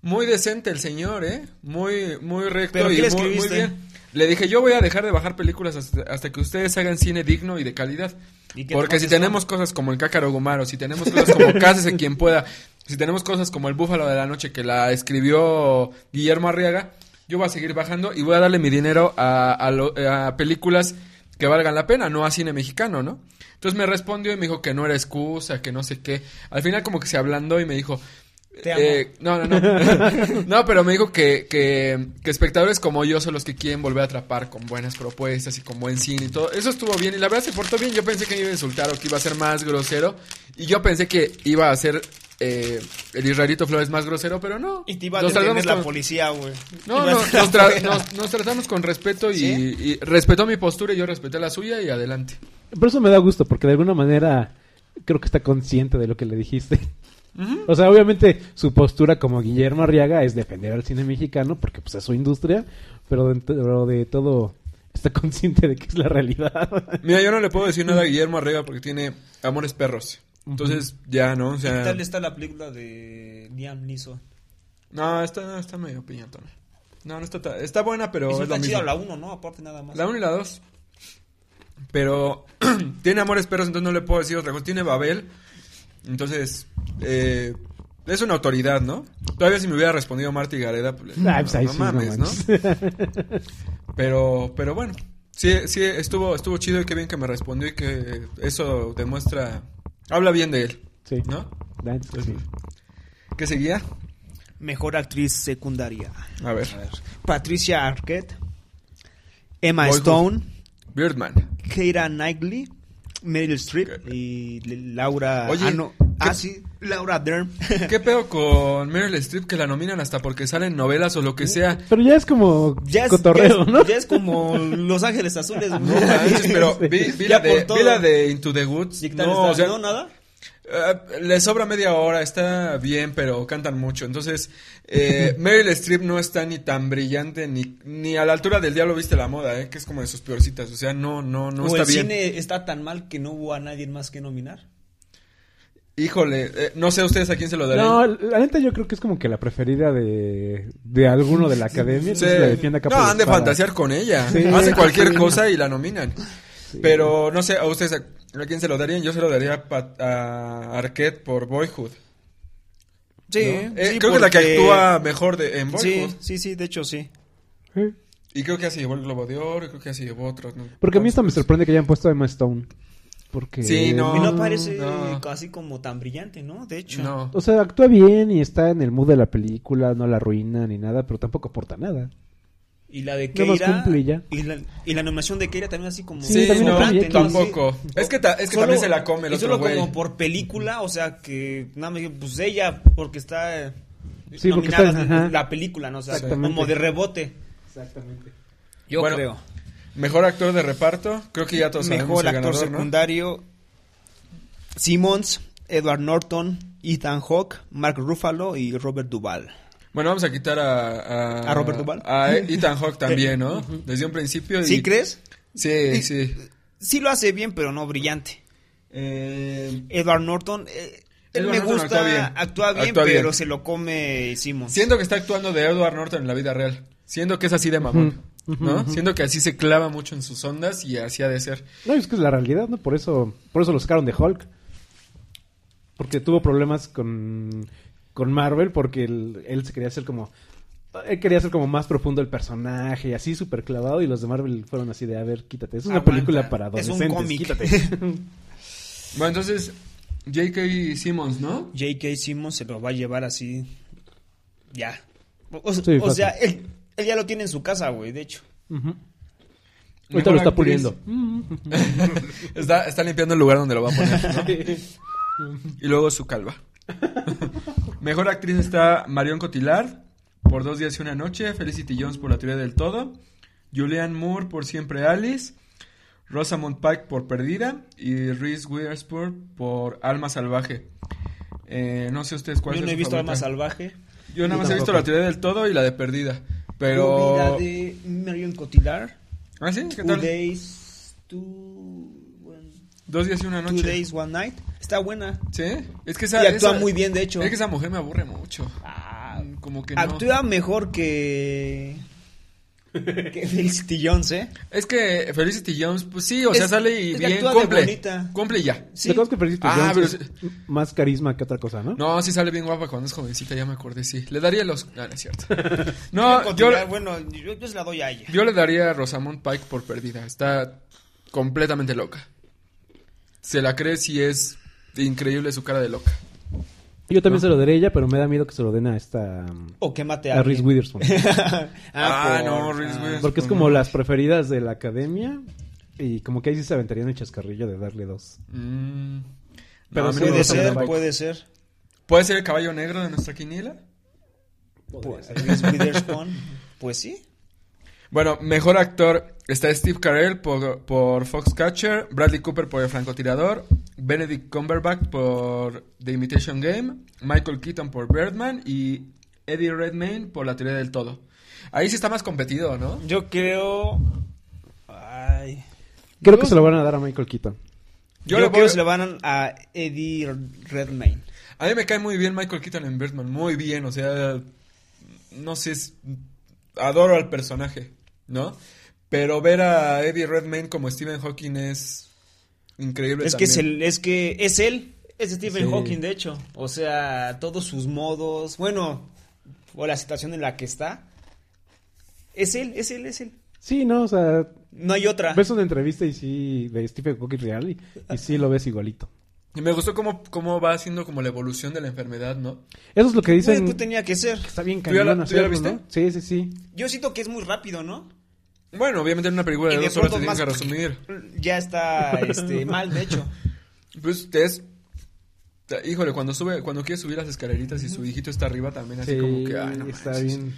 Muy decente el señor, ¿eh? Muy, muy recto
¿Pero qué
y
le
muy, muy
escribiste?
bien. Le dije, yo voy a dejar de bajar películas hasta, hasta que ustedes hagan cine digno y de calidad.
¿Y qué te
Porque si
contestó?
tenemos cosas como el Cácaro Gomaro, si tenemos cosas como Cásese quien pueda, si tenemos cosas como el Búfalo de la Noche que la escribió Guillermo Arriaga, yo voy a seguir bajando y voy a darle mi dinero a, a lo- a películas que valgan la pena, no a cine mexicano, ¿no? Entonces me respondió y me dijo que no era excusa, que no sé qué. Al final como que se ablandó y me dijo...
Te amo.
eh, no, no, no. no, pero me dijo que, que, que espectadores como yo son los que quieren volver a atrapar con buenas propuestas y con buen cine y todo. Eso estuvo bien y la verdad se portó bien. Yo pensé que me iba a insultar o que iba a ser más grosero. Y yo pensé que iba a ser eh, el Israelito Flores más grosero, pero no.
Y te iba a
Nos
detener
tratamos
la
con-
policía, güey.
No,
Ibas
no,
a la
nos, tra-
afuera.
nos- nos tratamos con respeto y,
¿Sí?
y respetó mi postura y yo respeté la suya y adelante.
Por eso me da gusto, porque de alguna manera creo que está consciente de lo que le dijiste. O sea, obviamente su postura como Guillermo Arriaga es defender al cine mexicano, porque pues es su industria, pero dentro de todo está consciente de que es la realidad.
Mira, yo no le puedo decir nada a Guillermo Arriaga porque tiene amores perros. Entonces, ya, ¿no? O
¿Qué
sea...
tal está la película de Liam Neeson?
No, está, está medio piñatona. No, no está ta- Está buena, pero
Es
es,
no
lo
tan chida
mismo.
la 1, ¿no? Aparte nada más.
La 1 y la 2. Pero tiene amores perros, entonces no le puedo decir otra cosa. Tiene Babel. Entonces, eh, es una autoridad, ¿no? Todavía si me hubiera respondido Marta y Gareda, pues,
Ah, pues ahí sí, no manches.
Pero, pero bueno, sí, sí estuvo, estuvo chido y qué bien que me respondió y que eso demuestra, habla bien de él,
Sí.
¿no?
Da- sí.
¿Qué seguía?
Mejor actriz secundaria.
A ver,
Patricia Arquette. Emma
Boyhood.
Stone.
Birdman.
Keira Knightley. Meryl Streep. Y Laura...
Oye,
ah, no.
¿qué-
Ah, sí. Laura Dern.
¿Qué pedo con Meryl Streep que la nominan hasta porque salen novelas o lo que sea?
Pero ya es como
Ya es,
cotorreo,
ya es-
¿no?
ya es como Los Ángeles Azules. güey.
No manches, pero vi, vi
Ya
la de,
por todo.
vi la de Into the Woods.
¿Y qué tal
No,
está?
o sea,
¿No, nada.
eh, le sobra media hora, está bien, pero cantan mucho. Entonces, eh, Meryl Streep no está ni tan brillante ni, ni a la altura del diablo viste la moda, eh, que es como de sus peorcitas. O sea, no, no, no
o
está
el
bien.
cine está tan mal que no hubo a nadie más que nominar.
Híjole, eh, no sé ustedes a quién se lo darán.
No, la neta yo creo que es como que la preferida de, de alguno de la academia.
Sí.
entonces la defiende a capa
No,
y
han de
espada.
fantasear con ella.
Sí.
Hace cualquier cosa y la nominan. Pero no sé, a ustedes, ¿a quién se lo darían? Yo se lo daría a, Pat- a Arquette por Boyhood.
Sí,
¿no? Eh, creo que es la que actúa mejor de, en Boyhood.
Sí, sí, sí, de hecho sí.
Sí.
Y creo que así llevó el Globo de Oro, y creo que así llevó otros. ¿no?
Porque a mí esto me
Entonces,
sorprende que hayan puesto a Emma Stone. Porque...
Sí, no.
y no parece
no.
así como tan brillante, ¿no? De hecho.
No.
O sea, actúa bien y está en el mood de la película, no la arruina ni nada, pero tampoco aporta nada.
Y la de
Nada más
Keira.
cumple y ya.
y, la, y la nominación de Keira también así como.
Sí,
Sí,
también
no,
está bien.
tampoco. Es que, ta- es que
Solo-
también se la come el
y
otro
solo
güey.
como por película, o sea que. Nada más, pues ella, porque está. eh,
Sí, porque está-
nominada
ajá.
la película, ¿no? O sea,
Exactamente.
como de rebote.
Exactamente.
Yo
Bueno,
creo.
Mejor actor de reparto, creo que ya todos sabemos
Mejor
el
actor
ganador, ¿no?
secundario. Simmons, Edward Norton, Ethan Hawke, Mark Ruffalo y Robert Duvall.
Bueno, vamos a quitar a...
¿A Robert Duvall?
A Ethan Hawke también, ¿no? Desde un principio. y-
¿Sí crees?
Sí, sí.
Sí lo hace bien, pero no brillante.
Eh,
Edward Norton, eh, él
Edward
me
Norton
gusta,
actúa
actúa
bien.
bien,
Actúa
pero
bien.
se lo come Simmons.
siento que está actuando de Edward Norton en la vida real. Siento que es así de mamón. ¿No? Siento que así se clava mucho en sus ondas y así ha de ser.
No, es que es la realidad, ¿no? Por eso, por eso lo sacaron de Hulk. Porque tuvo problemas con, con Marvel, porque él, él se quería hacer como... Él quería hacer como más profundo el personaje, así súper clavado, y los de Marvel fueron así de, a ver, quítate, es una
Aguanta,
película para
es
adolescentes,
un cómic.
quítate.
Bueno, entonces, J.K. Simmons, ¿no?
J.K. Simmons se lo va a llevar así. Ya. O, o-
Sí,
o
fácil.
sea, él, él ya lo tiene en su casa, güey, de hecho.
Ujú. Ahorita
Mejor
lo está
actriz.
puliendo.
Mm.
Está, está limpiando el lugar donde lo va a poner. ¿no? Y luego su calva. Mejor actriz está Marion Cotillard por Dos días y una noche, Felicity Jones por La teoría del todo, Julianne Moore por Siempre Alice, Rosamund Pike por Perdida y Reese Witherspoon por Alma salvaje. Eh, no sé ustedes cuál
Yo
es
no he
su
visto
favorita.
Alma Salvaje.
Yo nada
Yo
más he visto
tampoco.
La teoría del todo y la de Perdida,
Yo vi la
pero
de Marion Cotillard.
¿Ah, sí? ¿Qué
Two
tal?
days, two- one-
Dos días y una
two
noche.
days, one night. Está buena.
Sí, es que esa
Y actúa
esa-
muy bien, de hecho.
Es que esa mujer me aburre mucho.
Ah,
como que no.
Actúa mejor que. que Felicity Jones, ¿eh?
Es que Felicity Jones, pues sí, o
Es-
sea, sale y
es que
bien
actúa de
cumple.
bonita.
Cumple y ya.
Sí.
¿Te acuerdas que Felicity Jones
Ah, pero
es más carisma que otra cosa, no?
No, sí sale bien guapa cuando es jovencita, ya me acordé, sí. Le daría los... No, no es cierto. No, yo,
Continuar, ah, bueno, yo, yo se la doy a ella.
yo le daría a Rosamund Pike por perdida. Está completamente loca. Se la cree si es increíble su cara de loca.
Yo también se lo daré a ella, pero me da miedo que se lo den a esta...
O que mate a.
A Reese
alguien.
Witherspoon.
Ah,
por-
no, Reese Witherspoon.
Porque es como las preferidas de la academia. Y como que ahí sí se aventarían el chascarrillo de darle dos.
Mm. No,
Pero
a mí no me
Puede
gusta Rosamund
ser,
Pike.
pues.
puede ser.
¿Puede ser el caballo negro de nuestra quiniela?
Pues, Reese Witherspoon. Pues sí.
Bueno, mejor actor está Steve Carell por, por Foxcatcher, Bradley Cooper por El Francotirador, Benedict Cumberbatch por The Imitation Game, Michael Keaton por Birdman y Eddie Redmayne por La Teoría del Todo. Ahí sí está más competido, ¿no?
Yo creo. Ay.
Creo que se lo van a dar a Michael Keaton.
Yo
Yo,
le
creo
voy-
que se lo van a Eddie Redmayne.
A mí me cae muy bien Michael Keaton en Birdman, muy bien, o sea, no sé, es- adoro al personaje, ¿no? Pero ver a Eddie Redmayne como Stephen Hawking es increíble.
Es que es,
también.
el, es que es él, es Stephen
Sí.
Hawking, de hecho. O sea, todos sus modos, bueno, o la situación en la que está. Es él, es él, es él.
Sí, no, o sea,
No hay otra.
Pues,
ves una entrevista y sí, de Stephen Hawking real y, y sí lo ves igualito.
Y me gustó cómo, cómo va haciendo como la evolución de la enfermedad, ¿no?
Eso es lo que
Güey,
dicen.
pues tenía que ser.
Está bien
¿Tú ya la-
cañón
tú ya la
hacerlo, ¿no?
viste?
Sí, sí, sí.
Yo siento que es muy rápido, ¿no?
Bueno, obviamente en una película de
Y de
dos horas te
pronto
tienes que
más-
resumir.
Ya está este, mal, de hecho.
Pues te es... te- Híjole, cuando sube, cuando quiere subir las escaleritas y su hijito está arriba también, así
Sí,
como que, ay, no
está
manches.
bien.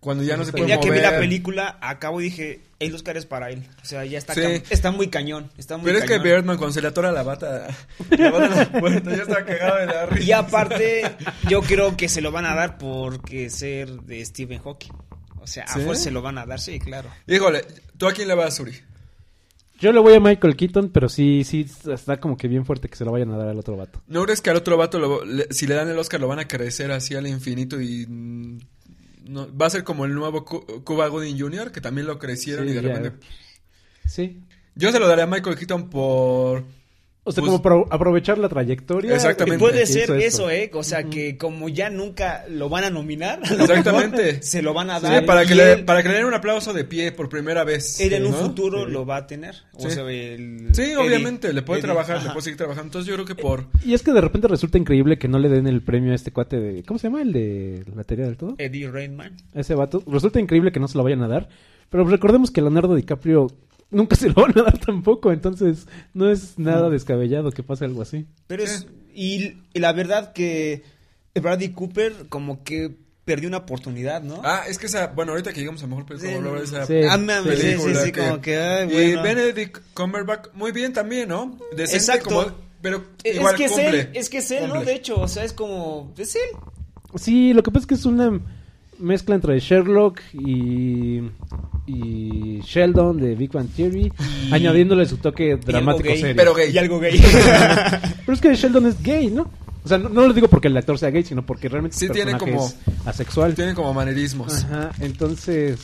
Cuando ya no se
Está
puede
El
bien.
día que vi la
mover.
película, acabo y dije, el Oscar es para él. O sea, ya está,
Sí.
cam- está muy cañón. Está muy
Pero es que
cañón.
Birdman, cuando se le atora la bata, la bata en la puerta, ya está cagado de la risa.
Y aparte, yo creo que se lo van a dar porque ser de Stephen Hawking. O sea, a
¿Sí?
fuerza se lo van a dar, sí, claro.
Híjole, ¿tú a quién le vas, Uri?
Yo le voy a Michael Keaton, pero sí, sí, está como que bien fuerte que se lo vayan a dar al otro vato.
¿No crees que al otro vato, lo- le- si le dan el Oscar, lo van a crecer así al infinito y... mm, no- va a ser como el nuevo Cu- Cuba Gooding Jr., que también lo crecieron
Sí,
y de
ya.
repente...
Sí.
Yo se lo daría a Michael Keaton por...
O sea,
Pues-
como pro- aprovechar la trayectoria.
Exactamente.
Y puede
que
ser
hizo
eso,
esto.
¿eh? O sea, que como ya nunca lo van a nominar, a lo
Exactamente.
mejor se lo van a
Sí,
dar.
para,
y
que le,
él,
para que le den un aplauso de pie por primera vez.
él en un
¿no?
futuro
Sí.
lo va a tener. O
Sí.
sea, el-
Sí,
Eddie-
obviamente, le puede
Eddie,
trabajar,
ajá.
le puede seguir trabajando. Entonces yo creo que por...
Y es que de repente resulta increíble que no le den el premio a este cuate de... ¿Cómo se llama? El de la teoría del
Eh.
todo.
Eddie Redmayne.
A ese vato. Resulta increíble que no se lo vayan a dar. Pero recordemos que Leonardo DiCaprio nunca se lo van a dar tampoco. Entonces no es
Mm.
nada descabellado que pase algo así.
Pero es. Y, y la verdad que Bradley Cooper, como que perdió una oportunidad, ¿no?
Ah, es que esa... Bueno, ahorita que llegamos a lo mejor podemos hablar de esa...
Sí.
Ah, mames, sí, sí,
película
sí, como que, ay,
Y
bueno.
Benedict Cumberbatch, muy bien también, ¿no? Decente
Exacto.
como- Pero
Es
igual
que
cumple.
es él, es que es él, ¿no?
Cumple.
De hecho, o sea, es como, es él.
Sí, lo que pasa es que es una mezcla entre Sherlock y, y Sheldon de Big Bang Theory, añadiéndole su toque dramático
gay.
serio.
Pero gay.
Y algo gay.
Pero es que Sheldon es gay, ¿no? O sea, no, no lo digo porque el actor sea gay, sino porque realmente
Sí,
su
tiene
personaje
como-
es asexual.
Tienen como manerismos.
Ajá, entonces...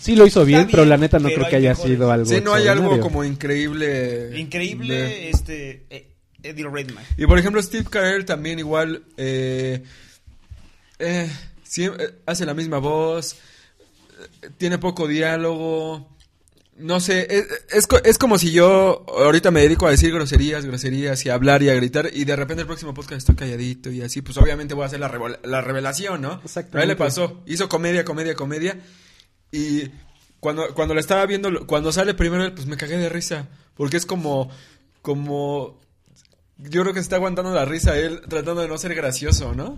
Sí lo hizo bien,
bien,
pero la neta no
pero
creo que
hay
haya
mejores.
sido algo
Sí, no hay algo
extraordinario.
como increíble.
Increíble,
de-
este, eh, Eddie Redmayne.
Y por ejemplo, Steve Carell también igual eh, eh, siem- eh, hace la misma voz, eh, tiene poco diálogo. No sé, es, es, co- es como si yo ahorita me dedico a decir groserías, groserías y a hablar y a gritar y de repente el próximo podcast estoy calladito y así, pues obviamente voy a hacer la, revol- la revelación, ¿no?
Exactamente.
Pero a él le pasó, hizo comedia, comedia, comedia y cuando, cuando la estaba viendo, lo- cuando sale primero él, pues me cagué de risa, porque es como, como yo creo que se está aguantando la risa él tratando de no ser gracioso, ¿no?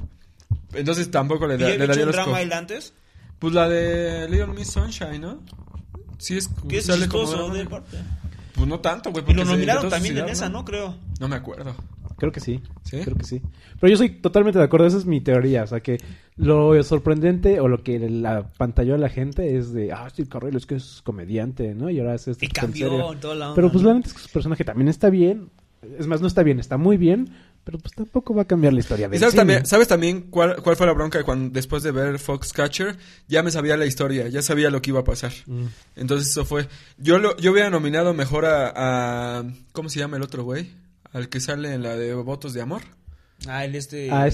Entonces tampoco le,
¿Y
da, le
había
daría
hecho un
los
drama él
co-
antes?
Pues la de Little Miss Sunshine, ¿no? Sí, es,
Que es
sale como
chistoso
drama.
de parte.
Pues no tanto, güey.
Y
porque
lo
se
nominaron
intentó
también en
suicidar,
esa, ¿no? Creo.
No me acuerdo.
Creo que sí,
¿Sí?
creo que sí. Pero yo soy totalmente de acuerdo, esa es mi teoría. O sea, que lo sorprendente o lo que la pantalló a la gente es de, ah, Steve Carell es que es comediante, ¿no? Y ahora es este.
Y
tipo en
cambió
serio.
toda la onda.
Pero pues la neta es que su personaje también está bien. Es más, no está bien, está muy bien. Pero pues tampoco va a cambiar la historia
¿Y
del
sabes
cine.
también, sabes también cuál, cuál fue la bronca cuando después de ver Foxcatcher? Ya me sabía la historia, ya sabía lo que iba a pasar.
Mm.
Entonces eso fue. Yo lo, yo hubiera nominado mejor a, a- ¿cómo se llama el otro güey? Al que sale en la de Votos de Amor.
Ah, el este.
A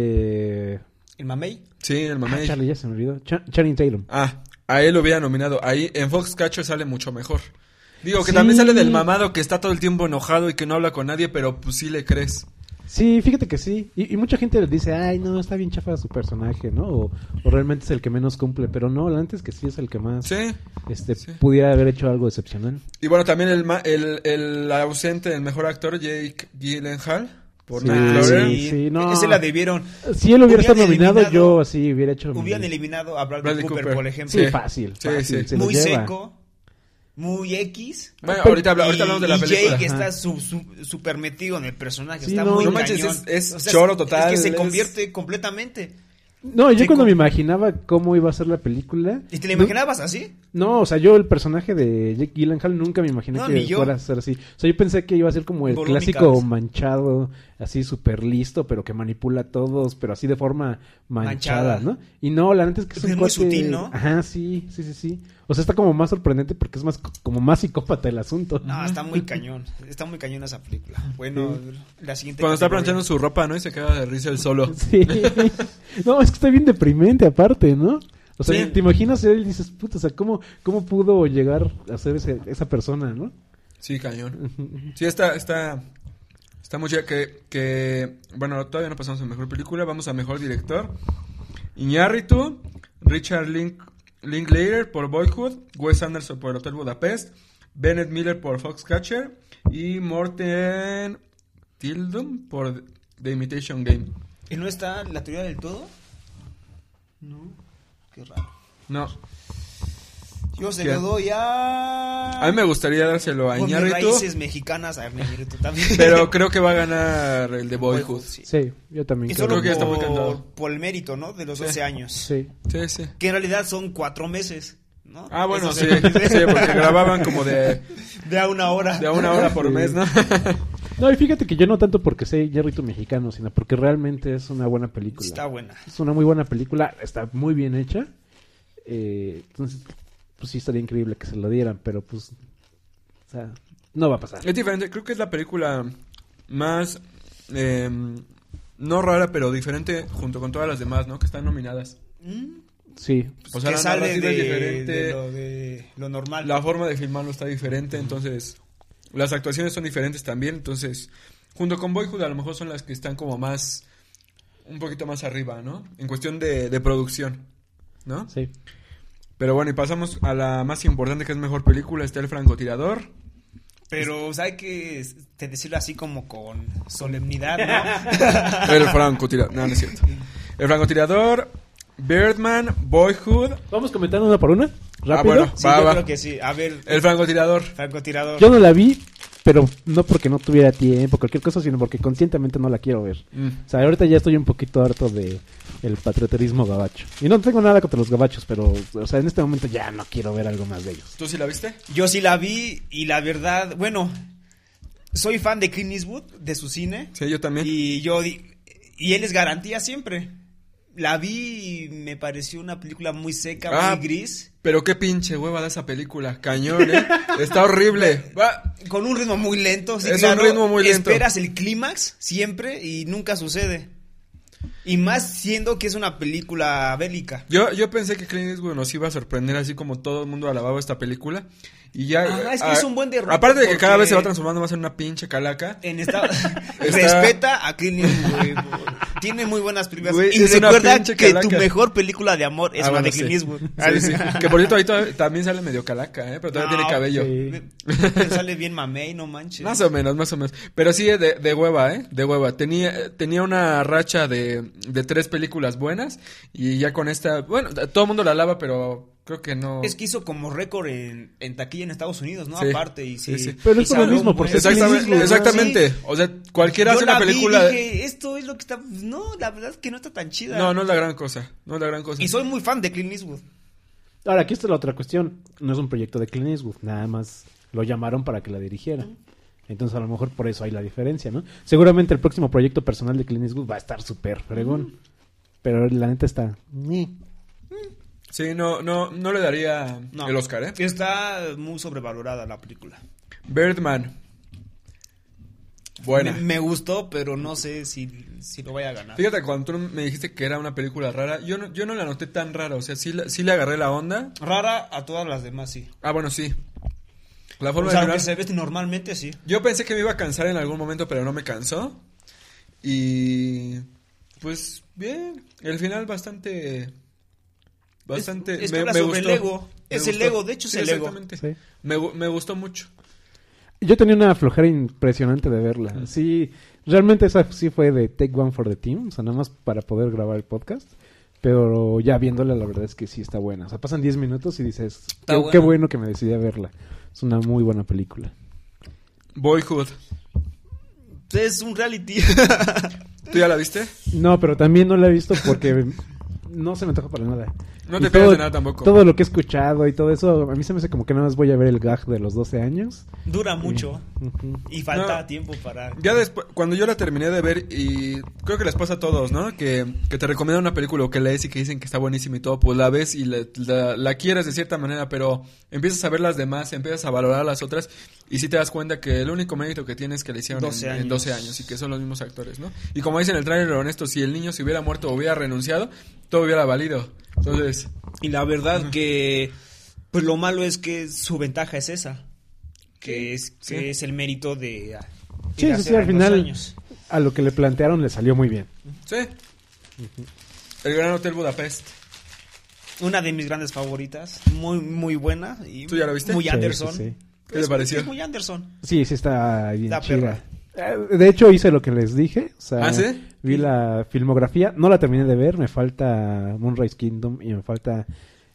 este...
El mamey.
Sí, el
Ah,
mamey.
Charlie, ya se me olvidó. Cha- Channing Tatum.
Ah, a él lo hubiera nominado. Ahí en Foxcatcher sale mucho mejor. Digo, que
Sí.
también sale del mamado que está todo el tiempo enojado y que no habla con nadie, pero pues sí le crees.
Sí, fíjate que sí. Y, y mucha gente le dice, ay, no, está bien chafa su personaje, ¿no? O, o realmente es el que menos cumple. Pero no, la antes que sí es el que más
Sí.
este,
sí.
pudiera haber hecho algo excepcional.
Y bueno, también el, ma- el, el ausente, el mejor actor, Jake Gyllenhaal. Por
Sí,
Ned
Ah,
Glover.
sí, sí, no.
Ese la debieron.
Si él hubiera
Hubieran
estado nominado,
eliminado-
yo así hubiera hecho... mi-
Hubieran eliminado a Bradley,
Bradley
Cooper,
Cooper.
por
Sí,
ejemplo.
fácil,
Sí,
fácil,
sí.
se lo
muy
lleva.
seco, muy X.
Bueno,
Pero-
ahorita, habla- ahorita
Y-
hablamos de la
y
película.
Jake
Ajá.
está su- su- super metido en el personaje.
Sí,
está
no.
muy
No
manches,
cañón.
es- es choro total,
Es que
es-
se convierte completamente.
No, yo
Sí,
cuando
con-
me imaginaba cómo iba a ser la película...
¿Y te lo
no-
imaginabas así?
No, o sea, yo el personaje de Jake Gyllenhaal nunca me imaginé
No,
que
ni yo.
fuera a ser así. O sea, yo pensé que iba a ser como el
Voló mi
clásico
cabeza.
manchado, así súper listo, pero que manipula a todos, pero así de forma manchada,
Manchada.
¿no? Y no, la neta es que es,
Es
un
muy
cuate-
sutil, ¿no?
Ajá, sí, sí, sí, sí. O sea, está como más sorprendente porque es más co- como más psicópata el asunto.
No, está muy cañón. Está muy cañón esa película. Bueno, la siguiente.
Cuando está
categoría.
planchando su ropa, ¿no? Y se queda de risa el solo.
Sí. No, es que está bien deprimente aparte, ¿no? O sea,
Sí.
te imaginas él y dices, puta, o sea, ¿cómo, cómo pudo llegar a ser ese- esa persona, no?
Sí, cañón. Sí, está, está, está muy chida que, que, bueno, todavía no pasamos a mejor película, vamos a mejor director. Iñárritu, Richard Link, Linklater por Boyhood, Wes Anderson por Hotel Budapest, Bennett Miller por Foxcatcher y Morten Tildum por The Imitation Game.
¿Y no está la teoría del todo? No. Qué raro.
No,
Yo se
¿Quién?
lo doy a.
a mí me gustaría dárselo a
Con mis
Iñárritu,
raíces mexicanas, a Iñárritu también.
pero creo que va a ganar el de Boyhood.
Sí.
Sí, yo también.
Y
creo.
solo
que ya está muy
por,
cantado.
por el mérito, ¿no? De los 12 años.
Sí.
Sí, sí.
Que en realidad son cuatro meses, ¿no?
Ah, bueno,
Eso
sí,
se dice.
sí, porque grababan como de,
De a una hora.
de a una hora por
Sí.
mes, ¿no?
No, y fíjate que yo no tanto porque sé Jerrito mexicano, sino porque realmente es una buena película.
Está buena.
Es una muy buena película, está muy bien hecha. Eh, entonces, pues sí estaría increíble que se lo dieran, pero pues. O sea, no va a pasar.
Es diferente, creo que es la película más, eh, no rara, pero diferente junto con todas las demás, ¿no? Que están nominadas.
Mm,
Sí.
O sea,
que
la
sale
narrativa
de,
es diferente,
de lo, de lo normal.
la forma de filmarlo está diferente, entonces las actuaciones son diferentes también, entonces junto con Boyhood a lo mejor son las que están como más, un poquito más arriba, ¿no? En cuestión de, de producción, ¿no?
Sí.
Pero bueno, y pasamos a la más importante que es mejor película, está El francotirador.
Pero, ¿sabes que Te decirlo así como con solemnidad, ¿no?
El francotirador. No, no es cierto. El francotirador, Birdman, Boyhood.
Vamos comentando una por una. Rápido.
Ah, bueno.
Sí,
Va,
yo
va.
creo que sí. A ver,
El francotirador.
francotirador.
Yo no la vi, pero no porque no tuviera tiempo, cualquier cosa, sino porque conscientemente no la quiero ver.
Mm.
O sea, ahorita ya estoy un poquito harto de el patrioterismo gabacho. Y no tengo nada contra los gabachos, pero o sea, en este momento ya no quiero ver algo más de ellos.
¿Tú sí la viste?
Yo sí la vi y la verdad, bueno, soy fan de Clint Eastwood, de su cine.
Sí, yo también.
Y yo di- y él es garantía siempre. La vi y me pareció una película muy seca,
Ah.
muy gris,
Pero qué pinche hueva da esa película. Cañón, ¿eh? Está horrible. Va.
con un ritmo muy lento. sí,
Es un
claro.
ritmo muy lento.
Esperas el clímax siempre y nunca sucede. Y más siendo que es una película bélica.
Yo, yo pensé que Clint Eastwood nos iba a sorprender así como todo el mundo alababa esta película. Y ya...
Ajá, es que
ah,
es un buen derrote
Aparte de que cada
porque-
vez se va transformando más en una pinche calaca.
En esta...
Está-
Respeta a Clint Eastwood, güey. Tiene muy buenas películas.
Güey,
y
es una
recuerda
pinche
que
calaca.
tu mejor película de amor es
Ah,
la
bueno,
de
sí. Ah,
Clint Eastwood.
Sí, sí. Que por cierto, ahí to- también sale medio calaca, ¿eh? Pero todavía
No,
tiene cabello.
sí.
Ah, Me sale bien mamey, no manches.
Más o menos, más o menos. Pero sí, de, de hueva, ¿eh? De hueva. Tenía, tenía una racha de, de tres películas buenas y ya con esta... Bueno, todo el mundo la lava, pero creo que no...
Es que hizo como récord en, en taquilla en Estados Unidos, ¿no?
Sí,
Aparte, y
sí,
sí.
sí.
Pero
y
es por lo
jaló
mismo,
muy-
por ser Clint
Exactamente,
Eastwood, ¿no?
exactamente. O sea, cualquiera hace
Yo la
una
vi y
película...
dije, esto es lo que está... No, la verdad es que no está tan chida.
No, no es la gran cosa. No es la gran cosa.
Y soy muy fan de Clint Eastwood.
Ahora, aquí está la otra cuestión. No es un proyecto de Clint Eastwood, nada más lo llamaron para que la dirigiera. Entonces a lo mejor por eso hay la diferencia, ¿no? Seguramente el próximo proyecto personal de Clint Eastwood va a estar súper fregón. Pero la neta está... meh.
Sí, no, no, no le daría
No.
el Oscar, ¿eh?
Está muy sobrevalorada la película.
Birdman. Buena.
Me, me gustó, pero no sé si, si lo vaya a ganar.
Fíjate, cuando tú me dijiste que era una película rara, yo no, yo no la noté tan rara. O sea, sí, la- sí le agarré la onda.
Rara a todas las demás, sí.
Ah, bueno, sí. La
O
forma
sea,
de
aunque
llorar.
se veste normalmente, sí.
Yo pensé que me iba a cansar en algún momento, pero no me cansó. Y. Pues bien. El final bastante. Bastante.
es que
me,
habla
me
sobre
gustó.
el ego.
Me
Es el
gustó.
ego, de hecho es
Sí,
el ego.
exactamente.
Sí.
Me, gu- me gustó mucho.
Yo tenía una flojera impresionante de verla. Sí, realmente esa sí fue de Take One for the Team, o sea, nada más para poder grabar el podcast. Pero ya viéndola, la verdad es que sí está buena. O sea, pasan 10 minutos y dices,
Está
qué, qué
buena.
bueno que me decidí a verla. Es una muy buena película.
Boyhood.
Es un reality.
¿Tú ya la viste?
No, pero también no la he visto porque no se me antoja para nada.
No
Y
te pierdas de nada tampoco.
Todo lo que he escuchado y todo eso, a mí se me hace como que nada más voy a ver el gag de los 12 años.
Dura mucho.
Ujú.
Y falta
No.
tiempo para...
Ya después, cuando yo la terminé de ver, y creo que les pasa a todos, ¿no? Que, que te recomiendan una película o que lees y que dicen que está buenísima y todo, pues la ves y la, la- la quieres de cierta manera, pero empiezas a ver las demás, empiezas a valorar las otras, y sí te das cuenta que el único mérito que tienes es que le hicieron en-
12
en,
años.
12 años y que son los mismos actores, ¿no? Y como dice en el trailer, honesto, si el niño se hubiera muerto o hubiera renunciado, todo hubiera valido. Entonces,
Y la verdad que... Pues lo malo es que su ventaja es esa. Que es, que
Sí.
es el mérito de... ah,
Sí,
ir a
sí, sí,
hacer
al
los
final
años.
a lo que le plantearon le salió muy bien.
sí. El Gran Hotel Budapest.
Una de mis grandes favoritas. Muy, muy buena. Y
¿Tú ya la viste?
Muy
Sí,
Anderson.
sí, sí.
¿Qué
Es-
te pareció?
Es muy Anderson.
Sí, sí está bien
La
chida. Eh, De hecho, hice lo que les dije. O sea,
¿Ah, sí?
Vi la filmografía. No la terminé de ver. Me falta Moonrise Kingdom y me falta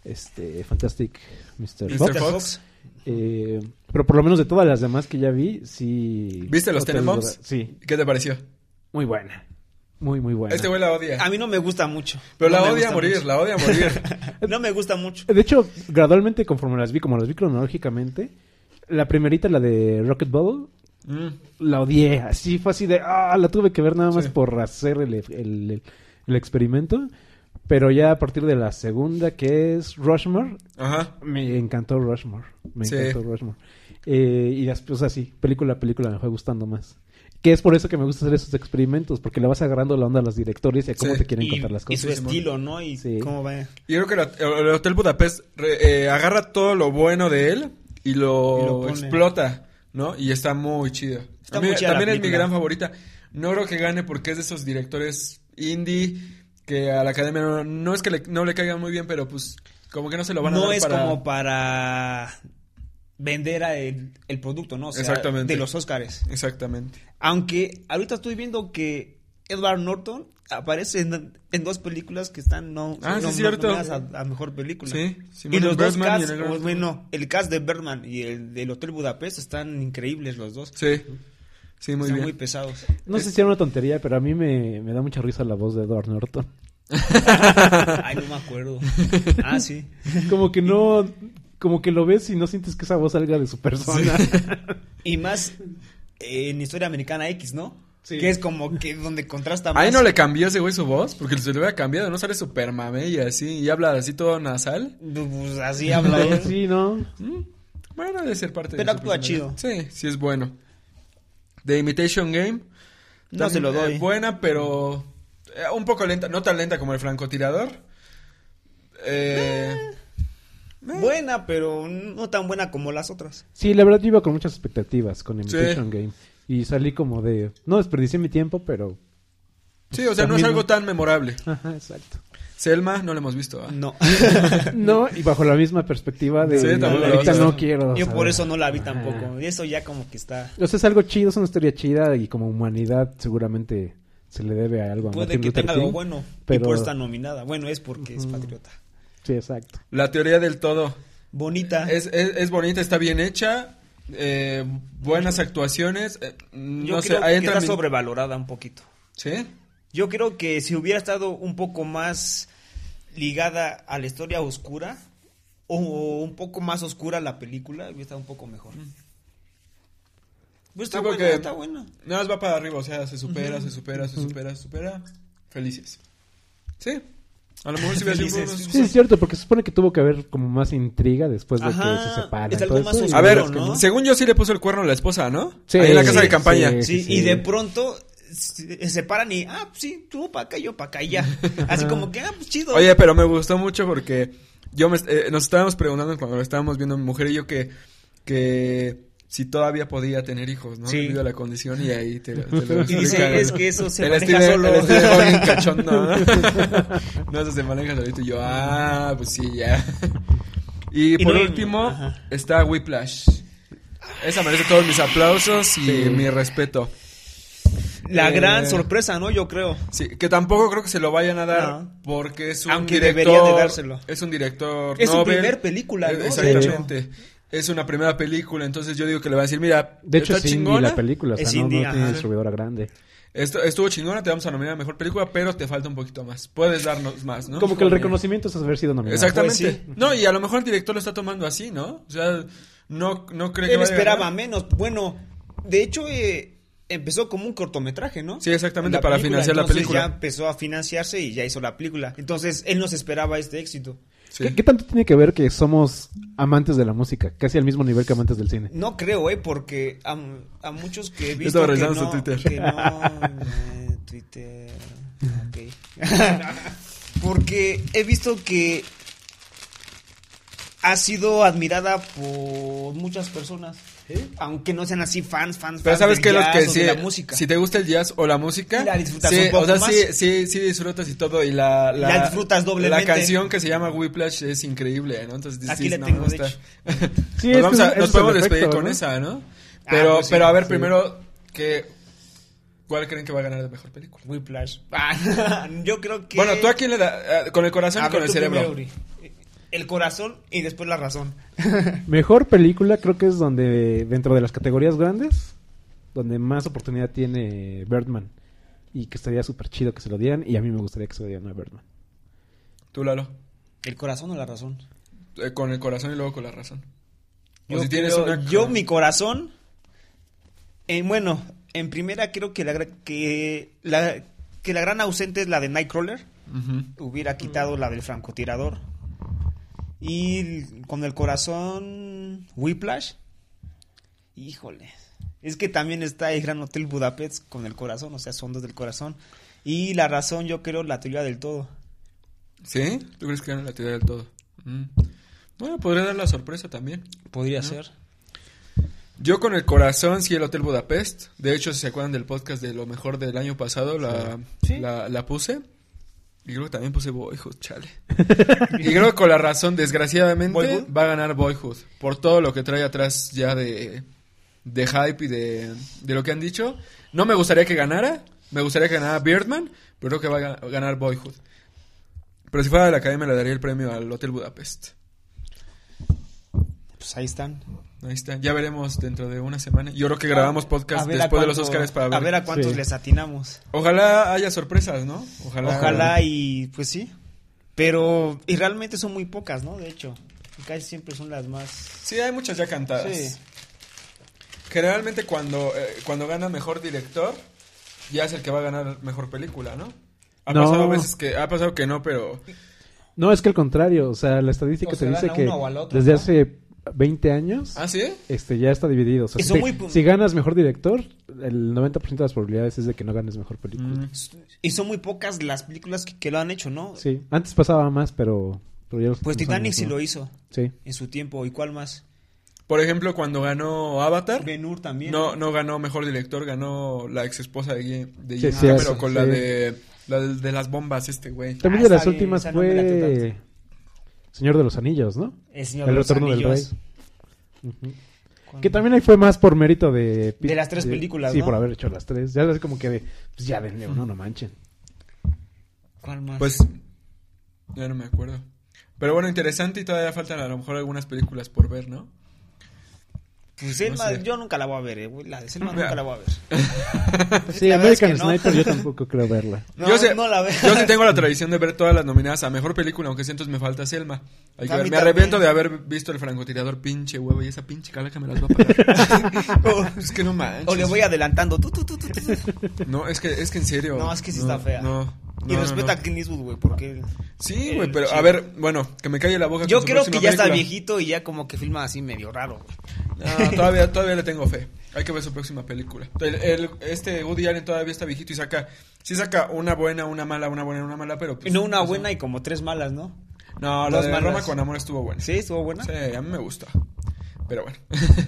este Fantastic Mr.
Mr.
Fox.
Fox.
Eh, pero por lo menos de todas las demás que ya vi, sí.
¿Viste los
Hotel
Tenenbaums?
Buda- Sí,
¿Qué te pareció?
muy buena. Muy, muy buena.
Este güey la odia.
A mí no me gusta mucho.
Pero
No
la
me
odia a
gusta
morir,
mucho.
la odia a morir.
No me gusta mucho.
De hecho, gradualmente, conforme las vi, como las vi cronológicamente, la primerita, la de Rocket Bubble,
Mm.
la odié. Así fue así de, ah, la tuve que ver nada más
Sí.
por hacer el, el- el- el experimento. Pero ya a partir de la segunda, que es Rushmore,
Ajá.
me encantó Rushmore. Me
Sí.
encantó Rushmore. Eh, y después así, película a película me fue gustando más. Que es por eso que me gusta hacer esos experimentos, porque le vas agarrando la onda a los directores y a cómo
Sí.
te quieren
Y,
contar las
y
cosas.
su estilo, ¿no? Y
Sí.
cómo va.
Y creo que la- el Hotel Budapest re- eh, agarra todo lo bueno de él y lo,
Y lo pone.
explota, ¿no? Y está muy chido.
Está
A mí
muy chida la
también es mi
película.
gran favorita. No creo que gane porque es de esos directores indie que a la academia no, no es que le- no le caigan muy bien, pero pues como que no se lo van a
No
dar
es
para...
como para vender a el, el producto, ¿no? O sea,
Exactamente.
De los Óscares.
Exactamente.
Aunque ahorita estoy viendo que Edward Norton aparece en, en dos películas que están no,
Ah, sí,
no
es cierto.
nominadas a, a mejor película.
Sí, Simone
y los dos
Bergman y
casts,
el gran-
o bueno, el cast de Bergman y el del Hotel Budapest están increíbles los dos.
Sí. Sí, muy
están
bien.
muy pesados.
No sé si era una tontería, pero a mí me, me da mucha risa la voz de Edward Norton.
Ay, no me acuerdo. Ah, sí.
Como que no, como que lo ves y no sientes que esa voz salga de su persona.
Y más eh, en Historia Americana X, ¿no?
Sí.
Que es como que donde contrasta más.
Ahí no le cambió ese güey su voz, porque se le hubiera cambiado, ¿no? Sale super mame y así, y habla así todo nasal.
Pues así habla él.
Sí, ¿no?
Mm, Bueno, de ser parte de
Pero
su
actúa
personalidad. Sí, sí es bueno. The Imitation Game.
No se lo doy.
eh, buena, pero eh, un poco lenta. No tan lenta como el francotirador. Eh,
Buena, pero no tan buena como las otras.
Sí, la verdad yo iba con muchas expectativas con
Sí.
Imitation Game. Y salí como de, no desperdicié mi tiempo, pero...
sí, o sea, no es
También
algo
no.
tan memorable.
Ajá, exacto.
Selma, no la hemos visto. ¿ah?
No.
No, y bajo la misma perspectiva de...
Sí,
"Ahorita
tampoco lo vas a ver".
no quiero.
Yo por
saber".
eso no la vi
Ajá.
tampoco. Eso ya como que está.
O sea, es algo chido, es una historia chida y como humanidad seguramente se le debe a algo. a
Puede
Martin
que
Luther
tenga algo
King,
bueno. Y
pero-
por esta nominada. Bueno, es porque es patriota.
Sí, exacto.
La teoría del todo.
Bonita.
Es, es- es bonita, está bien hecha. eh, buenas actuaciones. eh,
Yo
no sé,
creo
ahí
que
entra
está
mi-
sobrevalorada un poquito.
¿Sí?
Yo creo que si hubiera estado un poco más ligada a la historia oscura o un poco más oscura la película, hubiera estado un poco mejor. Pues está
Sí,
buena,
porque-
está buena.
Nada más va para arriba, o sea, se supera, se supera, se supera, se supera. Felices. Sí. A lo mejor si hubiera sido
Felices.
unos-
Sí, es cierto, porque se supone que tuvo que haber como más intriga después de que
Ajá,
se separan.
es algo
todo
más
eso, y-
oscuro,
A ver,
¿no?
según yo sí le puso el cuerno a la esposa, ¿no?
Sí,
Ahí en la casa
sí,
de campaña.
sí.
Sí, y de pronto se separan y, ah, sí, tú para acá, yo para acá y ya. Así como que, ah, pues chido.
Oye, pero me gustó mucho porque yo me, eh, nos estábamos preguntando cuando lo estábamos viendo mi mujer y yo que, que si todavía podía tener hijos, ¿no?
Sí.
Debido a la condición y ahí te, te lo
Y
explican.
dice, es que eso se
el
maneja
Steve-
solo.
El Steve Hawking cachondo, ¿no? no, eso se maneja solito. Y yo, ah, pues sí, ya. Y,
Y
por
no-
último
ajá.
está Whiplash. Esa merece todos mis aplausos y mi respeto.
La
eh,
gran sorpresa, ¿no? Yo creo.
Sí, que tampoco creo que se lo vayan a dar
No.
porque es un
Aunque
director.
debería de dárselo.
Es un director.
Es su
novel.
primer película, ¿no?
Eh, Exactamente. Es una primera película, entonces yo digo que le van a decir, mira,
De hecho,
está
es indie
chingona,
la película, o sea,
Es
no,
indie,
no tiene
ajá.
distribuidora grande.
esto- estuvo chingona, te vamos a nominar a mejor película, pero te falta un poquito más. Puedes darnos más, ¿no?
Como que el reconocimiento es haber sido nominado.
Exactamente.
Pues sí.
No, y a lo mejor el director lo está tomando así, ¿no? O sea, no, no cree que...
Él
vaya a
esperaba
ganar.
menos. Bueno, de hecho, eh, empezó como un cortometraje, ¿no?
Sí, exactamente, para financiar la
entonces
película.
Ya empezó a financiarse y ya hizo la película. Entonces, él nos esperaba este éxito.
Sí.
¿Qué, qué tanto tiene que ver que somos amantes de la música? Casi al mismo nivel que amantes del cine.
No creo, ¿eh? Porque a, a muchos que he visto.
estaba
que
revisando
no,
su Twitter.
que no, eh, Twitter. ok. Porque he visto que ha sido admirada por muchas personas. Aunque no sean así fans, fans,
Pero
fans
sabes
del
que los
jazz
que
o
sí,
de la música.
si te gusta el jazz o la música,
Y la disfrutas
sí,
un poco
o sea, sí,
más.
sí, sí disfrutas y todo y la, la,
La disfrutas doblemente.
La canción que se llama Whiplash es increíble, ¿no? Entonces dices,
Aquí la
no,
tengo, de
está-
hecho.
Sí,
nos
es
vamos
que
a-
ese
nos
es el
podemos
efecto,
despedir con
¿no?
esa, ¿no? Pero,
pues sí,
pero a ver
sí.
primero que ¿cuál creen que va a ganar de mejor película?
Whiplash. Ah, yo creo que.
Bueno, tú a quién le da Ah, con el corazón
A
y con
ver,
el
tú
cerebro.
primero, Uri. El corazón y después la razón.
Mejor película creo que es donde, dentro de las categorías grandes, donde más oportunidad tiene Birdman. Y que estaría súper chido que se lo dieran. Y a mí me gustaría que se lo dieran a Birdman.
Tú Lalo,
¿El corazón o la razón?
Eh, con el corazón y luego con la razón. O
Yo,
si tienes
creo-
una-
yo, mi corazón. eh, bueno, en primera creo que la, gra- que, la, que la gran ausente es la de Nightcrawler.
Ujú.
Hubiera quitado la del francotirador. Y con el corazón. Whiplash. Híjole. Es que también está el Gran Hotel Budapest con el corazón, o sea, son dos del corazón. Y la razón, yo creo, la teoría del todo.
¿Sí? ¿Tú crees que gana la teoría del todo? Mm. Bueno, podría dar la sorpresa también.
Podría ser.
Yo con el corazón, sí, el Hotel Budapest. De hecho, si se acuerdan del podcast de lo mejor del año pasado, la,
Sí.
la, la puse. Y creo que también puse Boyhood, chale. y creo que con la razón, desgraciadamente,
¿Boyhood?
va a ganar Boyhood. Por todo lo que trae atrás ya de, de hype y de, de lo que han dicho. No me gustaría que ganara. Me gustaría que ganara Birdman. Pero creo que va a ga- ganar Boyhood. Pero si fuera de la academia, le daría el premio al Hotel Budapest.
Pues ahí están.
Ahí está, ya veremos dentro de una semana. Yo creo que grabamos podcast
A ver
después
a
de los
cuánto-
Oscars para ver.
A ver a cuántos
Sí.
les atinamos.
Ojalá haya sorpresas, ¿no? Ojalá.
Ojalá y pues sí. Pero, y realmente son muy pocas, ¿no? De hecho, casi siempre son las más.
Sí, hay muchas ya cantadas.
Sí.
Generalmente cuando, eh, cuando gana mejor director, ya es el que va a ganar mejor película, ¿no? Ha
No.
pasado veces que ha pasado que no, pero
No, es que al contrario. O sea, la estadística
O
te
se dan
dice
a
que
uno o al otro,
desde
¿no?
hace 20 años
¿Ah, sí?
este ya está dividido. O sea,
Eso
si, te-
muy pu-
si ganas mejor director, el 90% de las probabilidades es de que no ganes mejor película.
Mm.
Y son muy pocas las películas que, que lo han hecho, ¿no?
Sí, antes pasaba más, pero... pero ya los
Pues
últimos
Titanic
años,
sí
¿no?
lo hizo
Sí.
en su tiempo. ¿Y cuál más?
Por ejemplo, cuando ganó Avatar,
Ben Hur también.
no no ganó mejor director, ganó la ex esposa de, Jim- de
Sí,
James
sí,
Cameron
eso,
con la
sí.
de la de, de las bombas este güey.
También
Ah,
de las
está bien,
últimas
esa no me la
fue...
contaste.
Señor de los Anillos, ¿no?
El Señor
El
de los
Retorno del Rey.
Anillos.
Ujú.
Cuando-
Que también ahí fue más por mérito de...
De las tres películas,
Sí,
¿no?
por haber hecho las tres. Ya es como que de... Pues ya denle uno, no manchen.
¿Cuál más?
Pues ya no me acuerdo. Pero bueno, interesante y todavía faltan a lo mejor algunas películas por ver, ¿no?
Pues Selma,
sé.
yo nunca la voy a ver, eh, güey, La de Selma
Mira. eh,
nunca la voy a ver.
Sí,
Pues La verdad es que
American
no.
Sniper yo tampoco creo verla.
No,
yo, sé-
no la veo.
yo sí tengo la tradición de ver todas las nominadas a mejor película, aunque siento me falta Selma. Hay que
A
ver.
mí
Me arrepiento de
también.
haber visto el francotirador, pinche huevo, y esa pinche calaca me las va a pagar. Oh,
O-
es que no manches.
O le voy adelantando. tú, tú, tú, tú, tú.
No, es que, es que en serio.
No, es que sí está fea.
No. no,
Y
no,
respeta
no.
a Clint Eastwood, güey, porque...
Sí,
Eh,
güey, pero
sí.
a ver, bueno, que me calle la boca.
Yo
con su
creo que
próxima
ya está
película.
viejito y ya como que filma así medio raro, güey.
No, todavía, todavía le tengo fe. Hay que ver su próxima película. El- el- este Woody Allen todavía está viejito y saca. Sí, saca una buena, una mala, una buena, una mala, pero.
Y
pues,
no una
pues,
buena y como tres malas, ¿no?
No, la
dos
de
malas.
Roma con amor estuvo buena.
¿Sí? ¿Estuvo buena?
Sí, a mí me gusta. Pero bueno.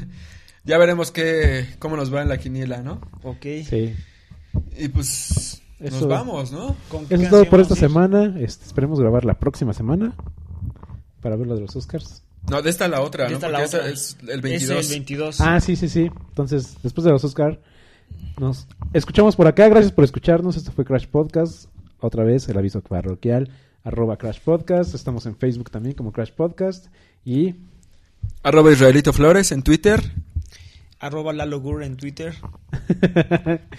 ya veremos qué, cómo nos va en la quiniela, ¿no?
Ok.
Sí.
Y pues. Nos
Eso.
vamos, ¿no?
¿Con qué
Eso es todo por
canción
esta
vamos a ir?
semana. Este, esperemos grabar la próxima semana para ver la de los Oscars.
No, de esta a la otra, ¿no?
Esta
Porque
la
esta
otra.
es el 22.
Es el 22.
Ah, sí, sí, sí. Entonces, después de los Oscars, nos escuchamos por acá. Gracias por escucharnos. Esto fue Crash Podcast. Otra vez, el aviso parroquial. Arroba Crash Podcast. Estamos en Facebook también como Crash Podcast. Y
Arroba Israelito Flores en Twitter.
Arroba Lalo Gur en Twitter.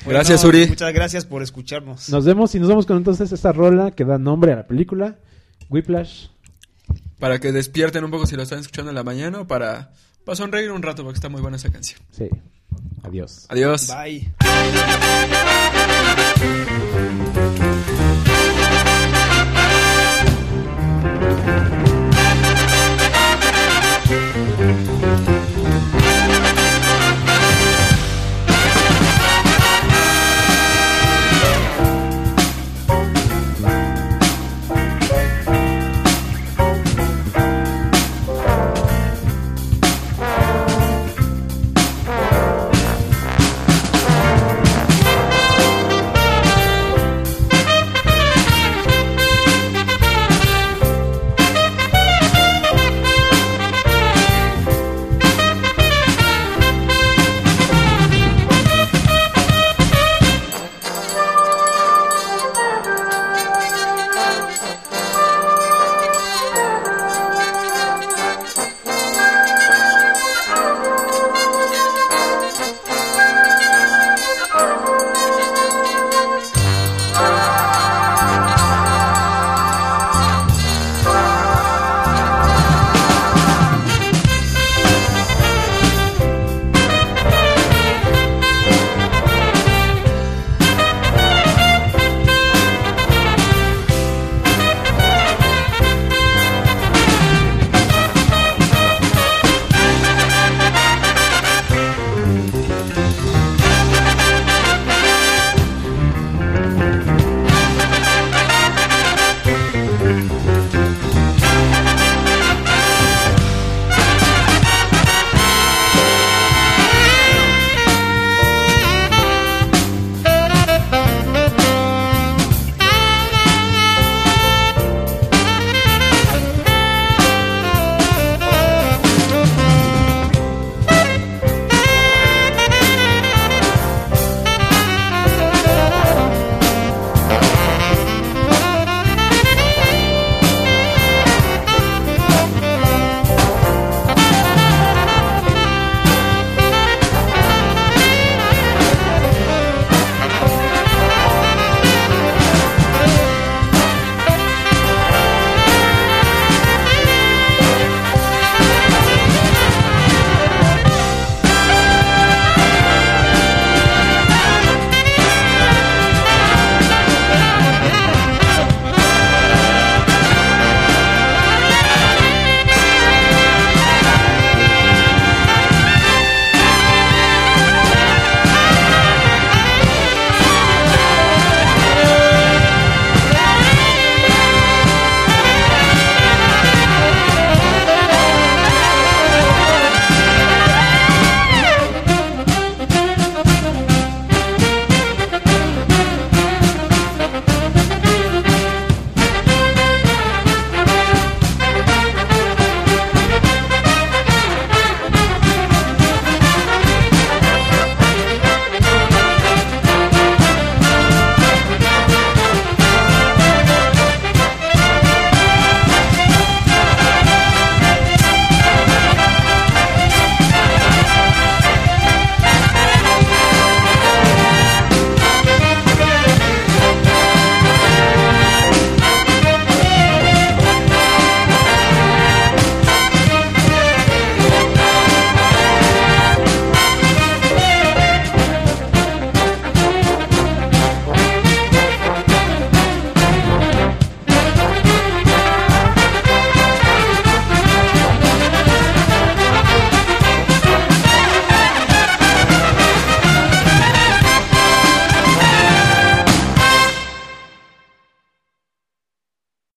Gracias,
no,
Uri.
Muchas gracias por escucharnos.
nos vemos. Y nos vemos con entonces esta rola que da nombre a la película. Whiplash.
Para que despierten un poco si lo están escuchando en la mañana o para, para sonreír un rato porque está muy buena esa canción.
Sí. Adiós.
Adiós.
Bye.